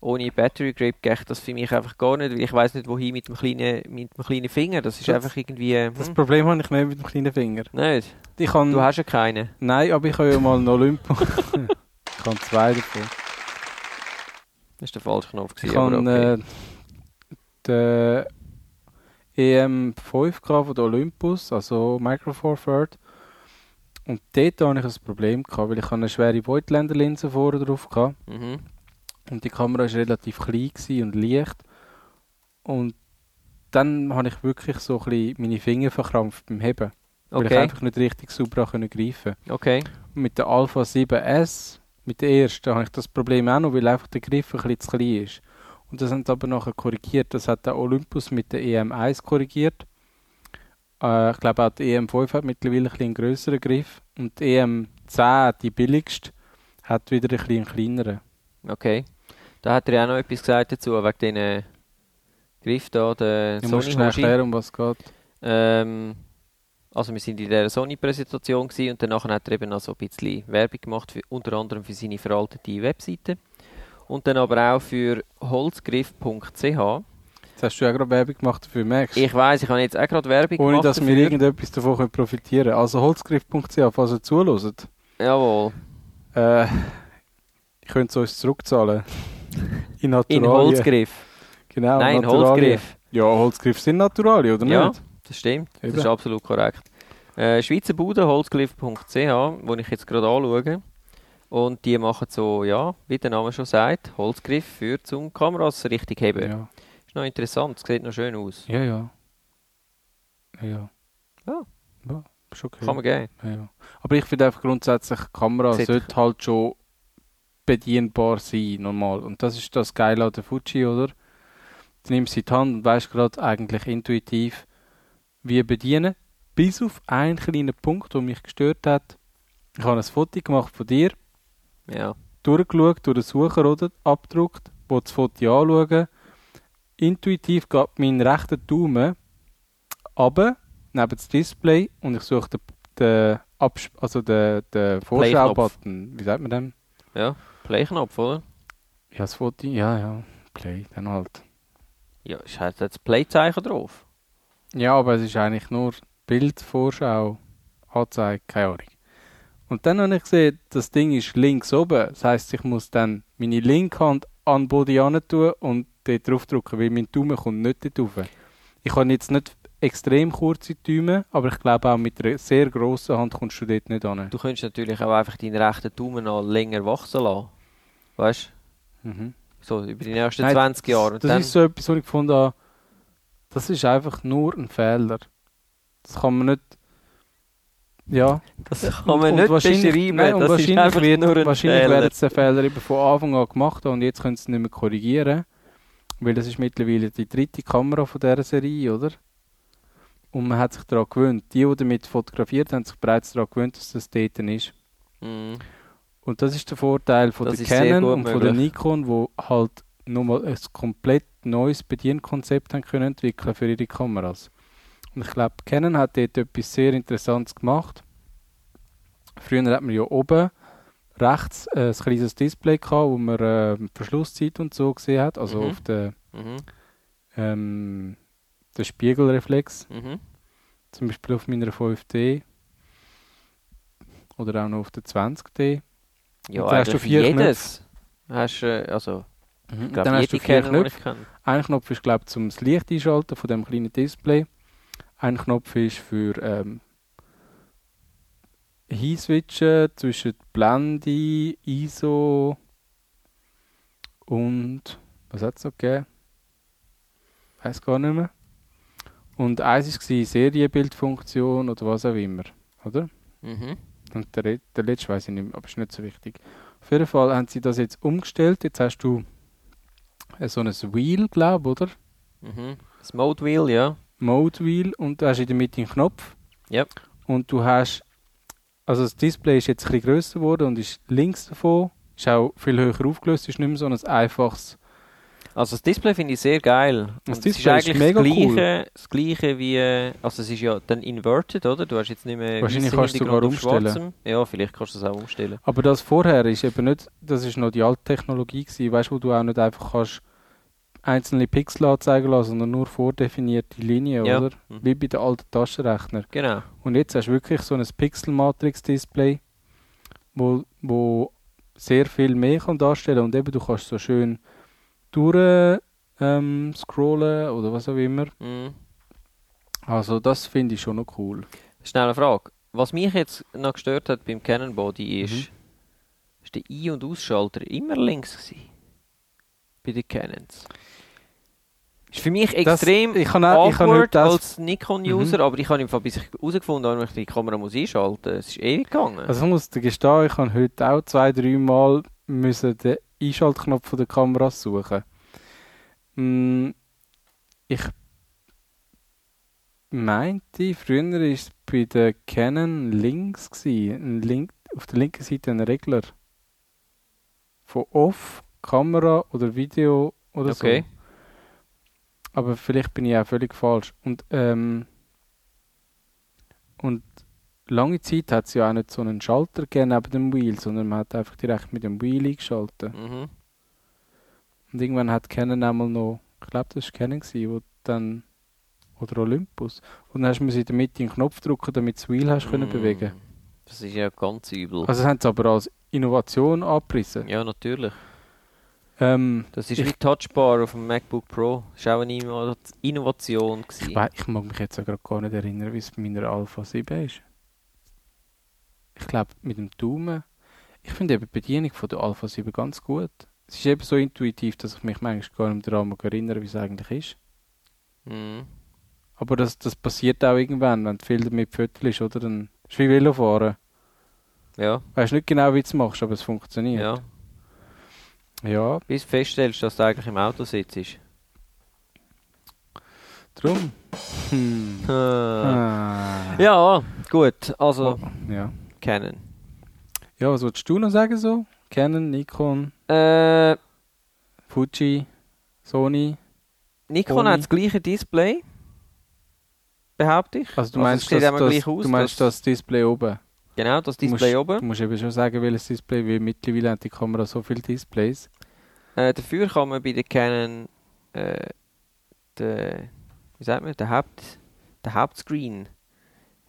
Ohne Battery Grip geht das für mich einfach gar nicht, weil ich weiß nicht, wohin mit dem kleinen, mit dem kleinen Finger. Das ist Das- einfach irgendwie... Hm, Das Problem habe ich nicht mit dem kleinen Finger. nicht, Ich kann, du hast ja keinen. Nein, aber ich habe ja mal einen Olympo. ich habe zwei davon. Das war der falsche Knopf. Ich Gewesen, habe aber okay. äh, den EM5 gehabt von der Olympus, also Micro Four Third. Und dort hatte ich ein Problem, gehabt, weil ich habe eine schwere Beutländerlinse vorne drauf hatte. mhm. Und die Kamera war relativ klein gewesen und leicht. Und dann habe ich wirklich so ein bisschen meine Finger verkrampft beim Heben. Weil ich Okay, einfach nicht richtig sauber habe können greifen okay. Und mit der Alpha 7S, mit der ersten, habe ich das Problem auch noch, weil einfach der Griff ein bisschen zu klein ist. Und das haben sie aber nachher korrigiert. Das hat der Olympus mit der EM1 korrigiert. Äh, ich glaube auch die EM5 hat mittlerweile ein bisschen einen grösseren Griff. Und die EM10, die billigste, hat wieder ein bisschen einen kleineren. Okay. Da hat er ja auch noch etwas gesagt dazu, wegen diesen äh, Griff da, der Ich muss Sony schnell Hoshi. erklären, um was es geht. Ähm, also wir sind in dieser Sony-Präsentation gewesen und danach hat er eben noch so ein bisschen Werbung gemacht, für, unter anderem für seine veraltete Webseite. Und dann aber auch für holzgriff.ch. Jetzt hast du ja gerade Werbung gemacht für Max. Ich weiß, ich habe jetzt auch gerade Werbung Ohne gemacht. dass wir dafür. irgendetwas davon können profitieren können. Also holzgriff.ch, falls ihr zuhört. Jawohl. Äh, ich könnte es uns zurückzahlen. In In Naturalien. Holzgriff. Genau, Nein, in Naturalien. Holzgriff. Ja, Holzgriff sind Naturalien, oder Ja. nicht? Das stimmt, das Eben. ist absolut korrekt. Äh, Schweizer Bude, holzgriff.ch, wo ich jetzt gerade anschaue. Und die machen so, ja, wie der Name schon sagt, Holzgriff für zum Kameras richtig heben. Ja, Ist noch interessant, sieht noch schön aus. ja. Ja. Ja. Ja. ja ist okay. Ah. Kann man geben. ja, ja. Aber ich finde einfach grundsätzlich, die Kamera Sieht- sollte halt schon bedienbar sein, normal. Und das ist das Geile an der Fuji, oder? Du nimmst sie in die Hand und weißt gerade eigentlich intuitiv, wie bedienen. Bis auf einen kleinen Punkt, der mich gestört hat. Ich habe ein Foto gemacht von dir, Ja. durchgeschaut, durch den Sucher, oder? Abgedruckt, wo das Foto anschauen. Intuitiv geht mein rechter Daumen runter, neben das Display, und ich suche den, den, Absp also den, den Vorschau-Button. Wie sagt man dem? ja. Play-Knopf, oder? Ja, das Foto, ja, ja. Play, dann halt. Ja, es hat jetzt Play-Zeichen drauf. Ja, aber es ist eigentlich nur Bild, Vorschau, Anzeige, keine Ahnung. Und dann habe ich gesehen, das Ding ist links oben. Das heisst, ich muss dann meine linke Hand an den Boden hin tun und dort draufdrücken, weil mein Daumen kommt nicht dort rauf. Ich habe jetzt nicht extrem kurze Daumen, aber ich glaube auch mit einer sehr grossen Hand kommst du dort nicht an. Du könntest natürlich auch einfach deinen rechten Daumen noch länger wachsen lassen. Weißt Mhm. du? So, über die nächsten Nein, 20 Jahre. Und Das dann, ist so etwas, was ich gefunden habe, das ist einfach nur ein Fehler. Das kann man nicht... Ja... das kann Und- man und nicht wahrscheinlich- beschreiben. nein, und das ist wahrscheinlich einfach wird- nur ein Wahrscheinlich Fehler. werden sie den Fehler eben von Anfang an gemacht haben und jetzt können sie ihn nicht mehr korrigieren. Weil das ist mittlerweile die dritte Kamera von dieser Serie, oder? Und man hat sich daran gewöhnt. Die, die damit fotografiert haben, haben sich bereits daran gewöhnt, dass das dort ist. Mhm. Und das ist der Vorteil von Das der ist sehr Canon gut und von der Nikon, wo halt nochmal ein komplett neues Bedienkonzept haben können entwickeln für ihre Kameras. Und ich glaube, Canon hat dort etwas sehr Interessantes gemacht. Früher hat man ja oben rechts äh, ein kleines Display gehabt, wo man äh, die Verschlusszeit und so gesehen hat, also Mhm. auf den, Mhm. ähm, den Spiegelreflex Mhm. zum Beispiel auf meiner 5D oder auch noch auf der 20D. Ja, Und dann hast du eigentlich vier jedes. Hast, äh, also, ich Und glaub, dann hast du jede vier Canon, Knöpfe. die ich kenne. Ein Knopf ist, glaube ich, zum das Licht einschalten von dem kleinen Display. Ein Knopf ist für ähm, Hinswitchen zwischen Blende, ISO und was hat es noch gegeben? Weiß gar nicht mehr. Und eins war Serienbildfunktion oder was auch immer, oder? Mhm. Und der, Re- der letzte weiß ich nicht mehr, aber ist nicht so wichtig. Auf jeden Fall haben sie das jetzt umgestellt. Jetzt hast du äh, so ein Wheel, glaube oder? Mhm. Das Mode Wheel, ja. Mode Wheel und du hast in der Mitte einen Knopf. Yep. Und du hast, also das Display ist jetzt ein bisschen grösser geworden und ist links davon, ist auch viel höher aufgelöst, ist nicht mehr so ein einfaches. Also das Display finde ich sehr geil. Das Und Display ist mega das gleiche, cool. das gleiche wie, äh, also es ist ja dann inverted, oder? Du hast jetzt nicht mehr Wahrscheinlich weißen kannst du sogar Hintergrund auf umstellen. schwarzem. Ja, vielleicht kannst du das auch umstellen. Aber das vorher ist eben nicht, das ist noch die alte Technologie gewesen, weißt du, wo du auch nicht einfach kannst einzelne Pixel anzeigen lassen, sondern nur vordefinierte Linien, Ja. oder? Mhm. Wie bei den alten Taschenrechnern. Genau. Und jetzt hast du wirklich so ein Pixel-Matrix-Display, wo, wo sehr viel mehr kann darstellen und eben du kannst so schön durch ähm, scrollen oder was auch immer. Mhm. Also das finde ich schon noch cool. Schnelle Frage. Was mich jetzt noch gestört hat beim Canon Body ist, ist der Ein- und Ausschalter immer links gewesen. Bei den Canons. Ist für mich Das- extrem ich kann auch- ich kann awkward nicht das- als Nikon-User, aber ich habe im Fall, bis ich herausgefunden habe, dass ich die Kamera muss einschalten muss, es ist ewig gegangen. Also ich muss dir gestehen, ich habe heute auch zwei, drei Mal müssen den Einschaltknopf von der Kamera suchen. Mm, ich meinte, früher war es bei der Canon links, gsi, ein Link, auf der linken Seite ein Regler. Von Off, Kamera oder Video oder Okay. so. Aber vielleicht bin ich auch völlig falsch. Und, ähm, und lange Zeit hat es ja auch nicht so einen Schalter gegeben neben dem Wheel, sondern man hat einfach direkt mit dem Wheel eingeschaltet. Mhm. Und irgendwann hat Canon einmal noch, ich glaube, das war Canon, gewesen, wo dann, oder Olympus, und dann hast du in der Mitte einen Knopf drücken, damit du das Wheel hast können Mm. bewegen Das ist ja ganz übel. Also das haben sie aber als Innovation abgerissen. ja, natürlich. Ähm, Das ist Ich- wie Touchbar auf dem MacBook Pro. Das war auch eine Inno- Innovation. ich, Gewesen. wei- ich mag mich jetzt auch gerade gar nicht erinnern, wie es bei meiner Alpha 7 ist. Ich glaube, mit dem Daumen. Ich finde eben die Bedienung von der Alpha 7 ganz gut. Es ist eben so intuitiv, dass ich mich manchmal gar nicht daran mag erinnern, wie es eigentlich ist. Mhm. Aber das, das passiert auch irgendwann, wenn du viel damit viertelst, oder? Dann ist wie Velofahren. Ja, Weißt nicht genau, wie du es machst, aber es funktioniert. ja. Ja. ja Bis du feststellst, dass du eigentlich im Auto sitzt. drum. Hm. Ah. Ah. Oh. Ja, gut. Also, ja. Canon. Ja, was würdest du noch sagen so? Canon, Nikon, Äh, Fuji, Sony. Nikon Ohne- hat das gleiche Display. Behaupte ich. Also du Also, es meinst, sieht das, immer das, gleich aus, du meinst das- das Display oben? Genau, das Du Display musst, oben. Du musst eben schon sagen, welches Display, weil mittlerweile hat die Kamera so viele Displays. Äh, dafür kann man bei der Canon äh, den, wie sagt man, den, Haupt, den Hauptscreen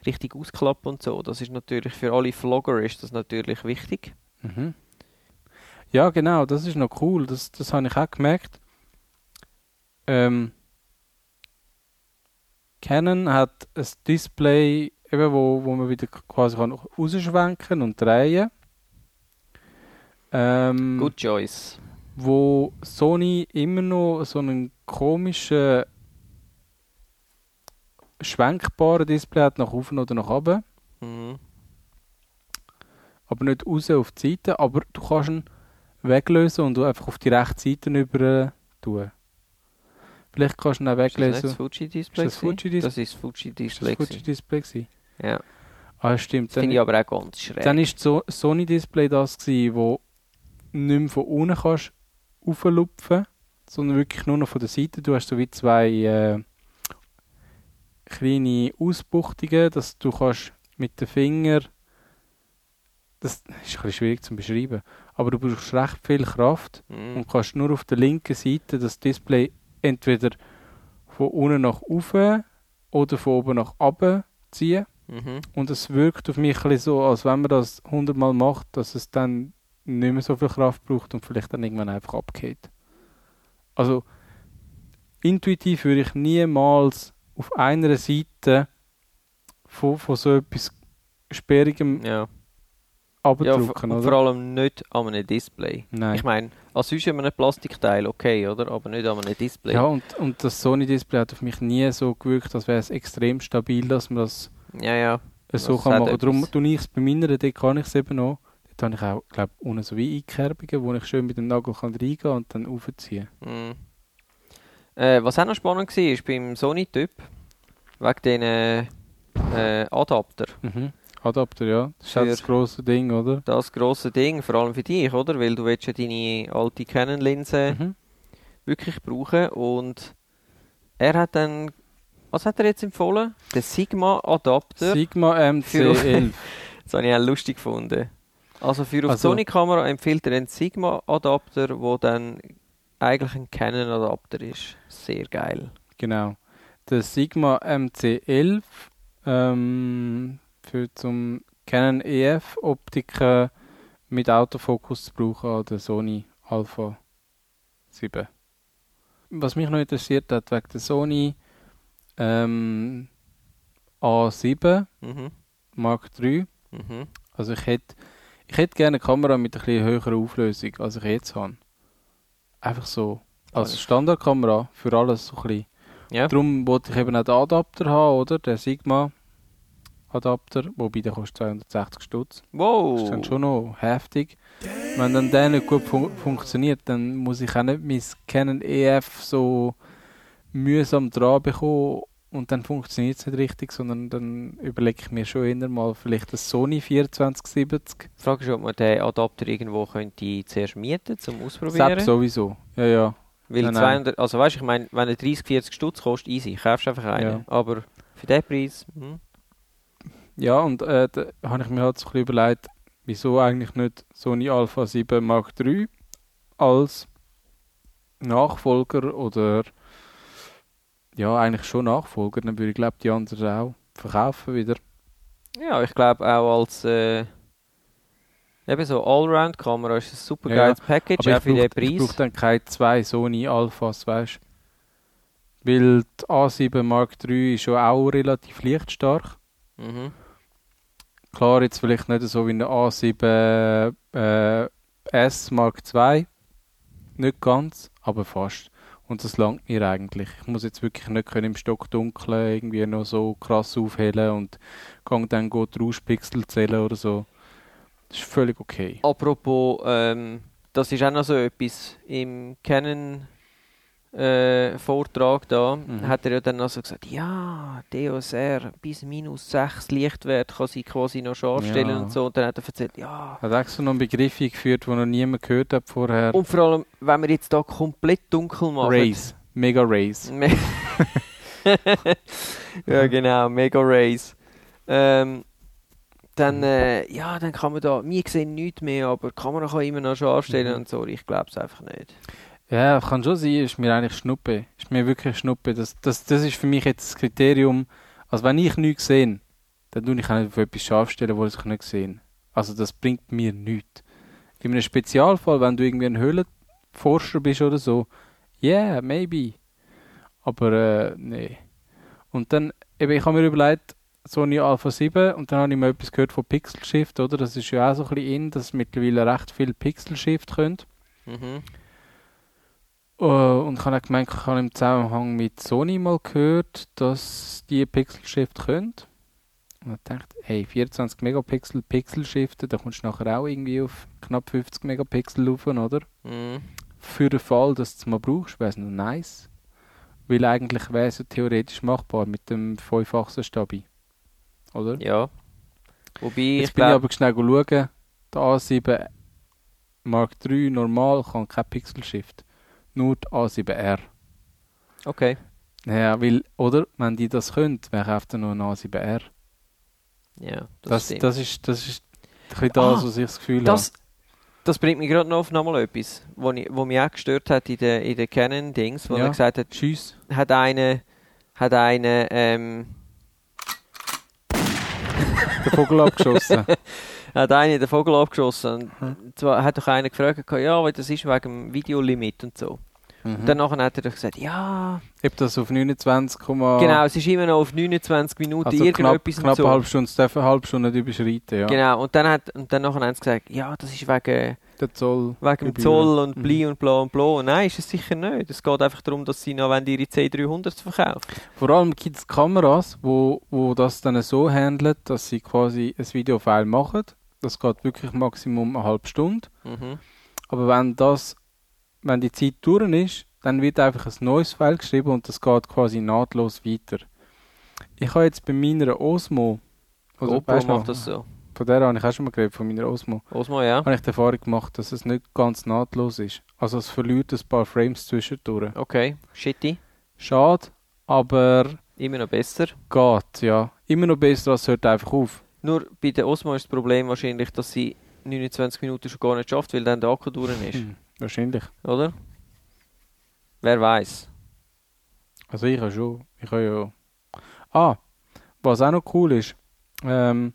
richtig ausklappen und so. Das ist natürlich für alle Vlogger ist das natürlich wichtig. Mhm. Ja, genau, das ist noch cool. Das, das habe ich auch gemerkt. Ähm, Canon hat ein Display, eben, wo, wo man wieder quasi kann rausschwenken und drehen ähm, Good choice. Wo Sony immer noch so einen komischen schwenkbaren Display hat, nach oben oder nach oben Mhm. aber nicht raus auf die Seite, aber du kannst ihn weglösen und du einfach auf die rechte Seite über äh, tun. Vielleicht kannst du ihn auch Ist das nicht das weglösen. Fuji-Display? Ist das gewesen? Fuji-Dis- Das Ist ist das das Fuji-Display. gewesen. Fuji-Display gewesen? Ja. Ah, stimmt. Das finde ich Dann, aber auch ganz schräg. dann ist so Sony-Display das gewesen, wo nicht mehr von unten kannst auflupfen, sondern wirklich nur noch von der Seite. Du hast so wie zwei äh, kleine Ausbuchtungen, dass du kannst mit den Finger das ist ein bisschen schwierig zu beschreiben, aber du brauchst recht viel Kraft, Mhm. und kannst nur auf der linken Seite das Display entweder von unten nach oben oder von oben nach unten ziehen. Mhm. Und es wirkt auf mich ein bisschen so, als wenn man das 100 Mal macht, dass es dann nicht mehr so viel Kraft braucht und vielleicht dann irgendwann einfach abgeht. Also intuitiv würde ich niemals auf einer Seite von, von so etwas Sperrigem Ja. ja abdrucken, v- und vor oder? allem nicht an einem Display. Nein. Ich meine, als sonst haben wir ein Plastikteil, okay, oder? Aber nicht an einem Display. Ja, und, und das Sony-Display hat auf mich nie so gewirkt, als wäre es extrem stabil, dass man das ja. ja. so Das kann hat machen kann. Darum etwas. tue ich es bei meiner, dort kann ich es eben auch. Dort Dort habe ich auch, glaube ich, unten so wie Einkerbungen, wo ich schön mit dem Nagel kann reingehen kann und dann aufziehen. Mm. Äh, was auch noch spannend war, ist beim Sony-Typ, wegen diesen äh, Adapter. Mhm. Adapter, ja. Das ist auch Für- das grosse Ding, oder? Das grosse Ding, vor allem für dich, oder? Weil du willst ja deine alte Canon-Linse Mhm. wirklich brauchen und er hat dann, was hat er jetzt empfohlen? Den Sigma-Adapter. Sigma MC11. Das habe ich auch lustig gefunden. Also für auf Also- Sony Kamera empfiehlt er einen Sigma Adapter, wo dann eigentlich ein Canon Adapter ist. Sehr geil. Genau. Der Sigma MC11 ähm, für zum Canon EF Optiken mit Autofokus zu brauchen an der Sony Alpha 7. Was mich noch interessiert hat, wegen der Sony ähm, A7 Mhm. Mark III. Mhm. Also ich hätte ich hätte gerne eine Kamera mit ein bisschen höherer Auflösung, als ich jetzt habe. Einfach so. Als Alles. Standardkamera für alles so ein bisschen. Ja. Darum wollte ich eben auch den Adapter haben, oder? Den Sigma-Adapter. Wobei, der kostet 260 Stutz. Das ist Wow. dann schon noch heftig. Wenn dann der nicht gut fun funktioniert, dann muss ich auch nicht mein Canon EF so mühsam dran bekommen und dann funktioniert es nicht richtig, sondern dann überlege ich mir schon immer mal vielleicht das Sony 2470. Die Frage ist, ob man den Adapter irgendwo könnte zuerst mieten zum Ausprobieren. Selbst sowieso. Ja, ja. Weil Nein, nein. 200, also weißt, ich meine, wenn er 30, 40 Stutz kostet, easy, kaufst einfach einen. Ja. Aber für den Preis, hm, Ja, und äh, da habe ich mir halt so ein bisschen überlegt, wieso eigentlich nicht Sony Alpha 7 Mark III als Nachfolger oder ja, eigentlich schon Nachfolger, dann würde ich glaube die anderen auch verkaufen wieder. ja, ich glaube auch als äh, eben so Allround-Kamera ist ein super Ja, ja. geiles Package, auch für den ich brauche Preis. ich brauche dann keine zwei Sony Alphas, weißt du. Weil die A7 Mark III ist schon auch relativ lichtstark. mhm. Klar, jetzt vielleicht nicht so wie eine A7 äh, S Mark II. Nicht ganz, aber fast. Und das langt mir eigentlich. Ich muss jetzt wirklich nicht können im Stockdunkeln irgendwie noch so krass aufhellen und kann dann gut Rauschpixel zählen oder so. Das ist völlig okay. Apropos, ähm, das ist auch noch so etwas im Canon äh, Vortrag da, Mhm. hat er ja dann noch so gesagt, ja, DOSR bis minus 6 Lichtwert kann sie quasi noch scharf Ja. stellen und so. Und dann hat er erzählt, ja. Hat extra noch einen Begriff eingeführt, den noch niemand gehört hat vorher. Und vor allem, wenn wir jetzt da komplett dunkel machen. Race. Mega Race. Me- ja, genau, Mega Race. Ähm, Mhm. dann, äh, ja, dann kann man da, wir sehen nichts mehr, aber die Kamera kann immer noch scharf stellen Mhm. und so. Ich glaube es einfach nicht. Ja, kann schon sein, ist mir eigentlich Schnuppe. Ist mir wirklich Schnuppe. Das, das, das ist für mich jetzt das Kriterium. Also wenn ich nichts sehe, dann tue ich auch nicht auf etwas scharf stellen, wo ich nicht sehe. Also das bringt mir nichts. In einem Spezialfall, wenn du irgendwie ein Höhlenforscher bist oder so, yeah, maybe. Aber äh, nee. Und dann, eben, ich habe mir überlegt, Sony Alpha 7 und dann habe ich mal etwas gehört von Pixel Shift, oder? Das ist ja auch so ein bisschen in, dass mittlerweile recht viel Pixel Shift können. Mhm. Äh, und ich habe auch gemeint, ich habe im Zusammenhang mit Sony mal gehört, dass die Pixel Shift können. Und ich dachte, hey, 24 Megapixel Pixel Shiften, da kommst du nachher auch irgendwie auf knapp 50 Megapixel rauf, oder? Mhm. Für den Fall, dass du es mal brauchst, wäre es noch nice. Weil eigentlich wäre es ja theoretisch machbar mit dem fünffachsen Stabi. Oder? Ja. Wobei Jetzt ich bin ich glaube, aber schnell schauen, der A7 Mark III normal kann kein Pixel Shift. Nur die A7R. okay. Ja, weil, oder, wenn die das können, wer kauft dann noch eine A7R? Ja, das, Das, stimmt. das ist, das ist ein bisschen das, Ah, was ich das Gefühl Das, das bringt mich gerade noch auf nochmal etwas, wo, ich, wo mich auch gestört hat in den in der Canon-Dings, wo Ja. er gesagt hat, habe. Tschüss. hat eine, hat eine, ähm, Der Vogel abgeschossen. hat eine den Vogel abgeschossen. Mhm. Und zwar hat doch einer gefragt, gehabt, ja, weil das ist wegen dem Videolimit und so. Mhm. Und dann nachher hat er doch gesagt, ja, Ob das auf 29, genau, genau, es ist immer noch auf 29 Minuten also knapp, irgendetwas und knapp so. eine halbe Stunde, es darf eine halbe Stunde nicht überschreiten, ja. Genau, und dann hat und dann nachher haben sie gesagt, ja, das ist wegen Der Zoll. Wegen dem Gebühren. Zoll und Mhm. Bli und bla und bla. Nein, ist es sicher nicht. Es geht einfach darum, dass sie noch wollen, ihre C300 verkaufen. Vor allem gibt es Kameras, wo, wo das dann so handelt, dass sie quasi ein Videofile machen Das geht wirklich Maximum eine halbe Stunde. Mhm. Aber wenn das, wenn die Zeit durch ist, dann wird einfach ein neues File geschrieben und das geht quasi nahtlos weiter. Ich habe jetzt bei meiner Osmo, GoPro Also, weisst du noch, macht das so. von der habe ich auch schon mal geredet, von meiner Osmo, Osmo, ja. habe ich die Erfahrung gemacht, dass es nicht ganz nahtlos ist. Also es verliert ein paar Frames zwischendurch. Okay. Shitty. Schade, aber Immer noch besser. geht, ja. Immer noch besser, als es hört einfach auf. Nur bei der Osmo ist das Problem wahrscheinlich, dass sie 29 Minuten schon gar nicht schafft, weil dann der Akku durch ist. Hm, Wahrscheinlich. Oder? Wer weiß? Also ich habe schon. Ich habe ja. Ah, was auch noch cool ist, ähm,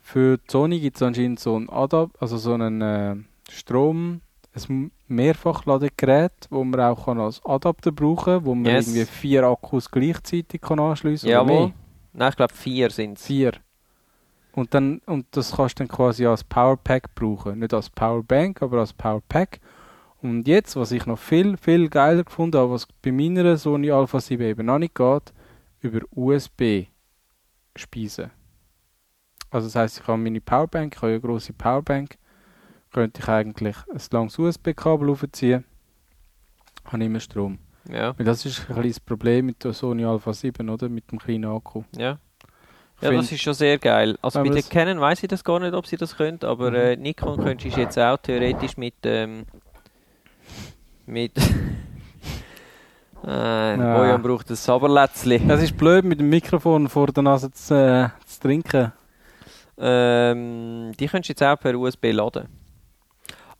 für die Sony gibt es anscheinend so einen Adap, also so einen äh, Strom, ein Mehrfachladegerät, wo man auch kann als Adapter brauchen kann, wo man Yes. irgendwie vier Akkus gleichzeitig kann anschliessen kann. Jawohl. Nein, ich glaube vier sind es. Vier. Und, dann, und das kannst du dann quasi als Powerpack brauchen. Nicht als Powerbank, aber als Powerpack. Und jetzt, was ich noch viel, viel geiler gefunden habe, was bei meiner Sony Alpha 7 eben noch nicht geht, über USB speisen. Also das heißt, ich habe meine Powerbank, ich habe eine große Powerbank, könnte ich eigentlich ein langes USB-Kabel aufziehen, habe immer Strom. Ja. Weil das ist ein kleines Problem mit der Sony Alpha 7, oder? Mit dem kleinen Akku. Ja. Ich Ja, finde- das ist schon sehr geil. Also Wenn bei man den das- Canon weiß ich das gar nicht, ob sie das können, aber Mhm. äh, Nikon könntest du jetzt auch theoretisch mit ähm, mit äh, Bojan braucht ein Saberlätzli. Es ist blöd, mit dem Mikrofon vor der Nase zu, äh, zu trinken. Ähm, die könntest du jetzt auch per USB laden.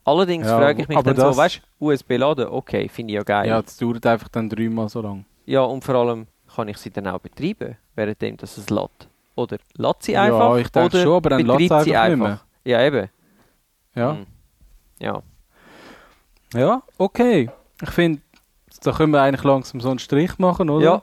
Allerdings Ja, frage ich mich aber dann so, das- weißt du, USB laden, okay, finde ich ja geil. Ja, das dauert einfach dann dreimal so lang. Ja, und vor allem kann ich sie dann auch betreiben, währenddem dass es lädt. Oder lädt sie Ja, einfach? ich denke oder schon, aber dann lädt betreibt sie sie einfach nicht einfach. Ja, eben. Ja, Hm. Ja. ja okay. Ich finde, da können wir eigentlich langsam so einen Strich machen, oder? ja.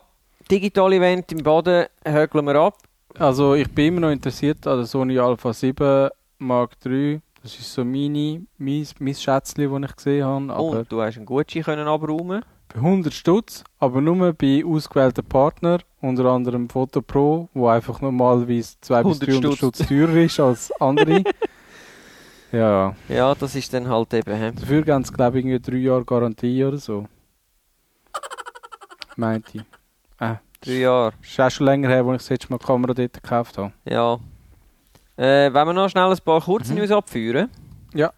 Digital Event im Baden hökeln wir ab. Also ich bin immer noch interessiert an der Sony Alpha 7 Mark III. Das ist so meine, mein, mein Schätzchen, das ich gesehen habe. Aber Und du hast einen Gutschein können abräumen. bei 100 Stutz, aber nur bei ausgewählten Partnern, unter anderem Foto Pro, wo einfach normalerweise 2 bis 100 300 Stutz. Stutz teurer ist als andere. ja, Ja, das ist dann halt eben. hä? Dafür geben sie, glaube ich, irgendwie drei Jahre Garantie oder so. Meinte ich. Drei Jahre. Ist auch schon länger her, als ich das letzte Mal die Kamera dort gekauft habe. Ja. Äh, wenn wir noch schnell ein paar kurze Mhm. News abführen? Ja.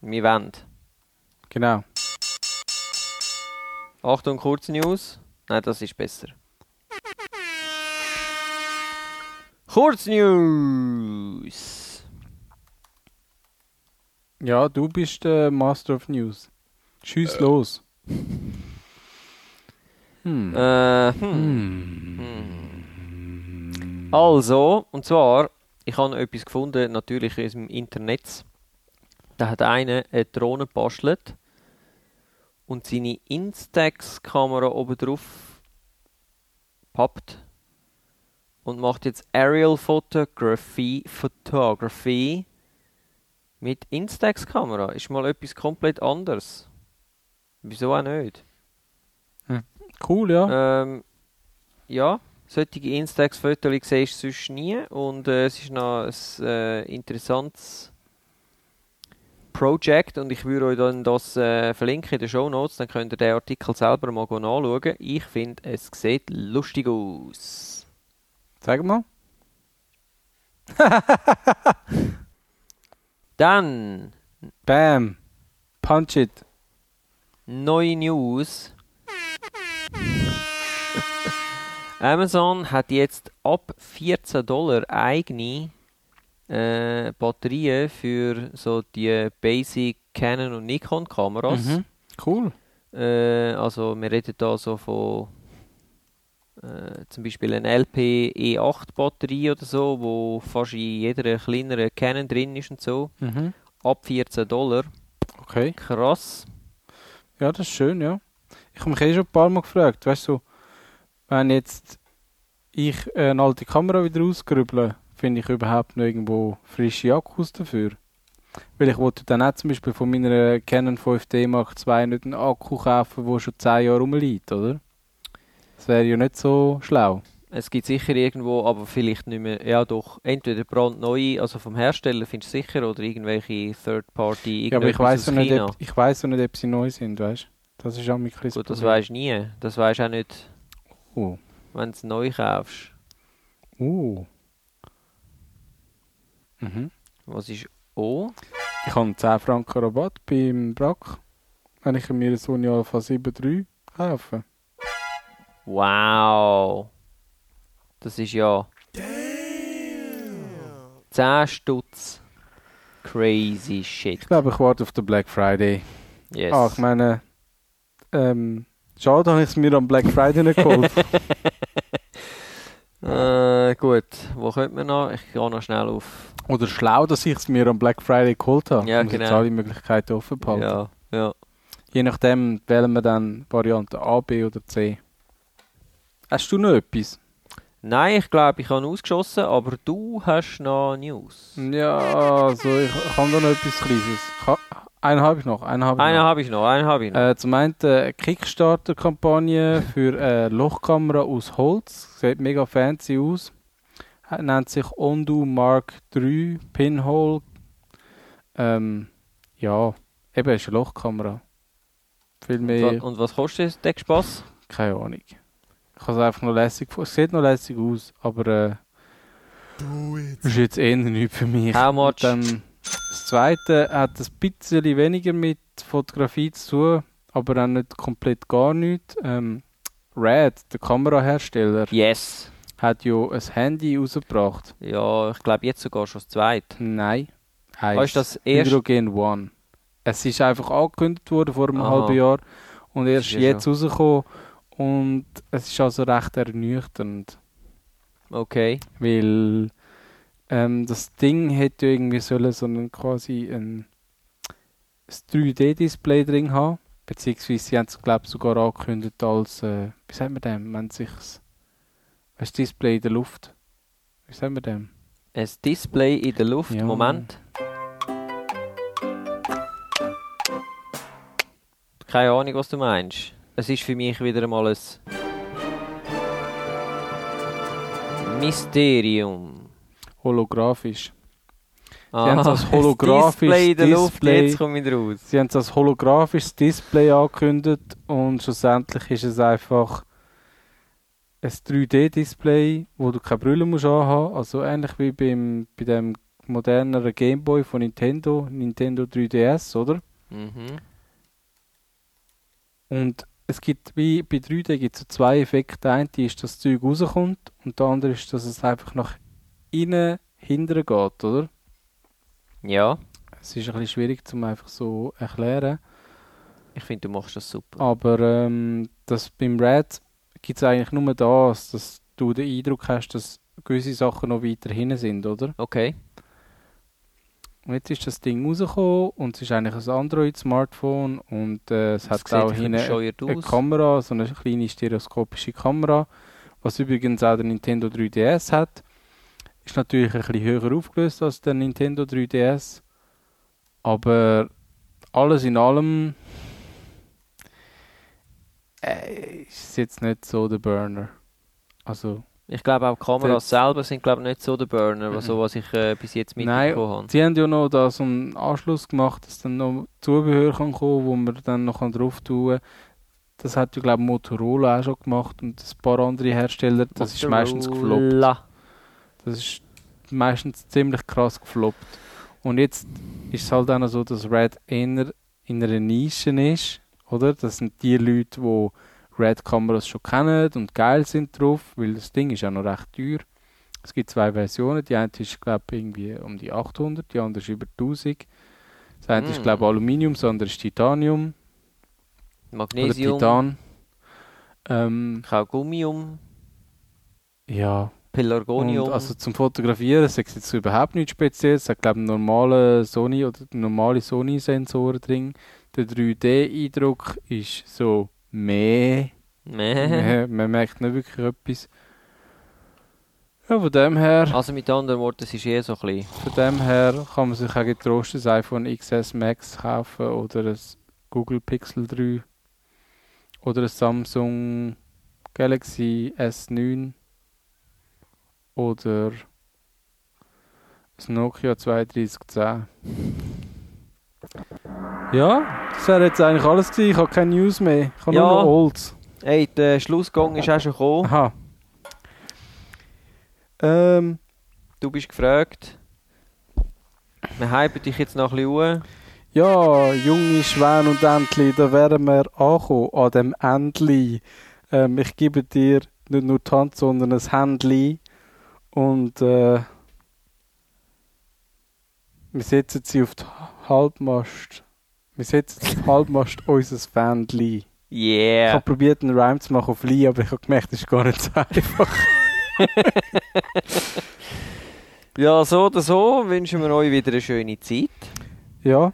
Wir wollen. Genau. Achtung, kurze News. Nein, das ist besser. Kurz News. Ja, du bist der Master of News. Schieß los. Hm. Äh, hm. Hm. Also, und zwar, ich habe etwas gefunden, natürlich aus dem Internet. Da hat einer eine Drohne gebastelt und seine Instax-Kamera oben drauf pappt und macht jetzt Aerial Photography, Photography mit Instax-Kamera. Ist mal etwas komplett anderes. Wieso auch nicht? Cool, ja. Ähm, ja, solche Instax-Fotos siehst du sonst nie. Und äh, es ist noch ein äh, interessantes Projekt und ich würde euch dann das äh, verlinken in den Show Notes, dann könnt ihr den Artikel selber mal anschauen. Ich finde, es sieht lustig aus. Sag mal. Dann Bam. Punch it. neue News. Amazon hat jetzt ab 14 Dollar eigene äh, Batterien für so die Basic Canon und Nikon Kameras. Mhm. Cool. Äh, also wir reden da so von äh, zum Beispiel eine LP E8 Batterie oder so, wo fast in jeder kleineren Canon drin ist und so. Mhm. Ab 14 Dollar. Okay. Krass. Ja, das ist schön, ja. Ich habe mich eh schon ein paar Mal gefragt, weißt du, wenn jetzt ich äh, eine alte Kamera wieder ausgrüble, finde ich überhaupt noch irgendwo frische Akkus dafür. Weil ich wollte dann auch zum Beispiel von meiner Canon 5D Mark II nicht einen Akku kaufen, der schon 10 Jahre rumliegt, oder? Das wäre ja nicht so schlau. Es gibt sicher irgendwo, aber vielleicht nicht mehr. Ja, doch. Entweder brandneue, also vom Hersteller findest du sicher, oder irgendwelche Third-Party, Ja, aber ich weiß irgendetwas ja aus nicht, China. ob, ich weiss ja nicht, ob sie neu sind, weißt du? Das ist auch mein Chris. Gut, das weisst du nie. Das weisst du auch nicht, Oh. wenn du es neu kaufst. Uh. Mhm. Was ist oh? O? Ich habe einen 10 Franken Rabatt beim Brack, wenn ich mir so ein Alpha 7.3 kaufe. Wow. Das ist ja... 10 Stutz. Crazy shit. Ich glaube, ich warte auf den Black Friday. Yes. Ah, ich meine, ähm, schade, habe ich es mir am Black Friday nicht geholt. Äh, gut, wo könnte man noch? Ich gehe noch schnell auf. Oder schlau, dass ich es mir am Black Friday geholt habe. Ja, ich muss jetzt genau. alle Möglichkeiten offen behalten. Ja, ja. Je nachdem wählen wir dann Variante A, B oder C. Hast du noch etwas? Nein, ich glaube, ich habe ausgeschossen, aber du hast noch News. Ja, also ich habe da noch etwas Kleines. Ich ha- Einen habe ich noch, einen habe ich Einen noch. habe ich noch, einen habe ich noch. Äh, zum einen eine Kickstarter-Kampagne für eine Lochkamera aus Holz. Sieht mega fancy aus. Äh, Nennt sich Undo Mark III Pinhole. Ähm, ja, eben ist eine Lochkamera. Viel Und mehr, wa- Und was kostet es, der Spaß? keine Ahnung. Ich habe es einfach noch lässig gef- Es sieht noch lässig aus, aber äh, ist jetzt eher nichts für mich. How much? Dann das zweite hat ein bisschen weniger mit Fotografie zu tun, aber auch nicht komplett gar nichts. Ähm, Red, der Kamerahersteller, Yes. hat ja ein Handy rausgebracht. Ja, ich glaube jetzt sogar schon das zweite. Nein, Ah, ist heißt das erst? Hydrogen One. Es ist einfach angekündigt worden vor einem Aha. halben Jahr und erst ist ja jetzt rausgekommen. Und es ist also recht ernüchternd. Okay. Weil ähm, das Ding hätte ja irgendwie sollen so einen quasi ein 3D-Display drin haben. Beziehungsweise sie haben es glaube ich sogar angekündigt als, äh, wie sagt man dem, wenn sich's ein Display in der Luft. Wie sagt man dem? Ein Display in der Luft. Ja. Moment. Keine Ahnung, was du meinst. Es ist für mich wieder einmal ein Mysterium. Holographisch. Ah, haben es als ein holographisches Display in der Luft, Display. jetzt komme ich raus. Sie haben es als holographisches Display angekündigt und schlussendlich ist es einfach ein 3D-Display, wo du keine Brille musst anhaben musst. Also ähnlich wie beim, bei dem moderneren Gameboy von Nintendo, Nintendo 3DS, oder? Mhm. Und es gibt, wie bei 3D gibt es so zwei Effekte. Der eine ist, dass das Zeug rauskommt und der andere ist, dass es einfach nach innen, hindern geht, oder? Ja, Es ist ein bisschen schwierig, zum einfach so erklären. ich finde, du machst das super. Aber ähm, das beim Red gibt es eigentlich nur das, dass du den Eindruck hast, dass gewisse Sachen noch weiter hinten sind, oder? Okay. Und jetzt ist das Ding rausgekommen und es ist eigentlich ein Android-Smartphone und äh, es hat sieht ein auch bisschen hinten eine, bescheuert eine aus. Kamera, so eine kleine stereoskopische Kamera, was übrigens auch der Nintendo 3DS hat. Ist natürlich ein bisschen höher aufgelöst als der Nintendo 3DS, aber alles in allem äh, ist es jetzt nicht so der Burner. Also, Ich glaube auch die Kameras Das- selber sind glaube ich, nicht so der Burner, Mhm. so was ich äh, bis jetzt Nein. mitbekommen habe. sie haben ja noch da so einen Anschluss gemacht, dass dann noch Zubehör kann kommen, wo man dann noch kann drauf tun kann. Das hat ja, glaube ich, Motorola auch schon gemacht und ein paar andere Hersteller. Das ist meistens gefloppt. Motorola. Das ist meistens ziemlich krass gefloppt. Und jetzt ist es halt auch noch so, dass Red eher in einer Nische ist, oder? Das sind die Leute, die Red-Kameras schon kennen und geil sind drauf, weil das Ding ist ja noch recht teuer. Es gibt zwei Versionen. Die eine ist, glaube ich, irgendwie um die 800, die andere ist über 1000. Das eine ist, Mm. glaube ich, Aluminium, das andere ist Titanium Magnesium. oder Titan. Ähm, Ich habe Gummium, ja, Pelargonium. Und also zum Fotografieren sagt es jetzt überhaupt nichts Spezielles. Es hat, glaube ich, normale Sony oder normale Sony-Sensoren drin. Der 3D-Eindruck ist so meh. Mäh. man, man merkt nicht wirklich etwas. Ja, von dem her, also mit anderen Worten, es ist eh so ein bisschen. von dem her kann man sich auch getrost ein iPhone XS Max kaufen oder ein Google Pixel 3 oder ein Samsung Galaxy S9 oder ein Nokia 3210. Ja, das wäre jetzt eigentlich alles gewesen. Ich habe keine News mehr. Ich habe Ja. nur noch Olds. Hey, der Schlussgang ist auch schon gekommen. Aha. Ähm, Du bist gefragt. Wir hypen dich jetzt noch ein bisschen ja, junge Schwan und Entli, da wären wir angekommen, an dem Entli. Ähm, ich gebe dir nicht nur die Hand, sondern ein Händli. Und äh, wir setzen sie auf die Halbmast. Wir setzen auf die Halbmast unser Fändli. an. Ich Yeah. habe probiert, einen Rhyme zu machen auf Lee, aber ich habe gemerkt, das ist gar nicht so einfach. Ja, so oder so wünschen wir euch wieder eine schöne Zeit. Ja,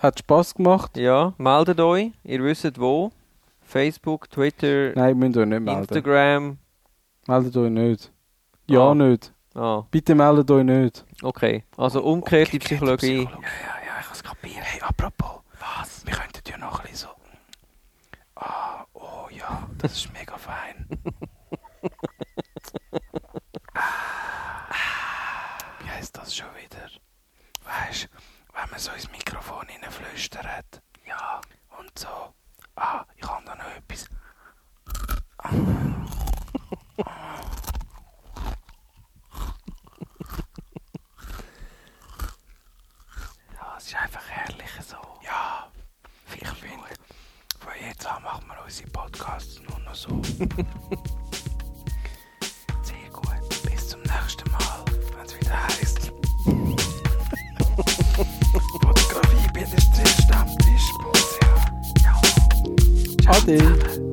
hat Spass gemacht. Ja, meldet euch. Ihr wisst wo. Facebook, Twitter, Nein, müsst ihr nicht melden. Instagram. Meldet euch nicht. Ja, Ah. nicht. Ah, Bitte meldet euch nicht. okay. Also umgekehrte Psychologie. ja, ja, ich habe es kapiert. Hey, apropos. Was? Wir könnten ja noch ein bisschen so... Ah, oh ja, das ist mega fein. Ah, Wie heisst das schon wieder? Weißt du, wenn man so ins Mikrofon hineinflüstert. Ja. Und so. Ah, ich habe da noch etwas. Ja, es ist einfach herrlich so. Ja, ich finde, von jetzt an machen wir unsere Podcasts nur noch so. Sehr gut. Bis zum nächsten Mal, wenn es wieder heißt. Fotografie, bitte, Stammtisch, Pulsia. Ja. Ciao Ade. zusammen.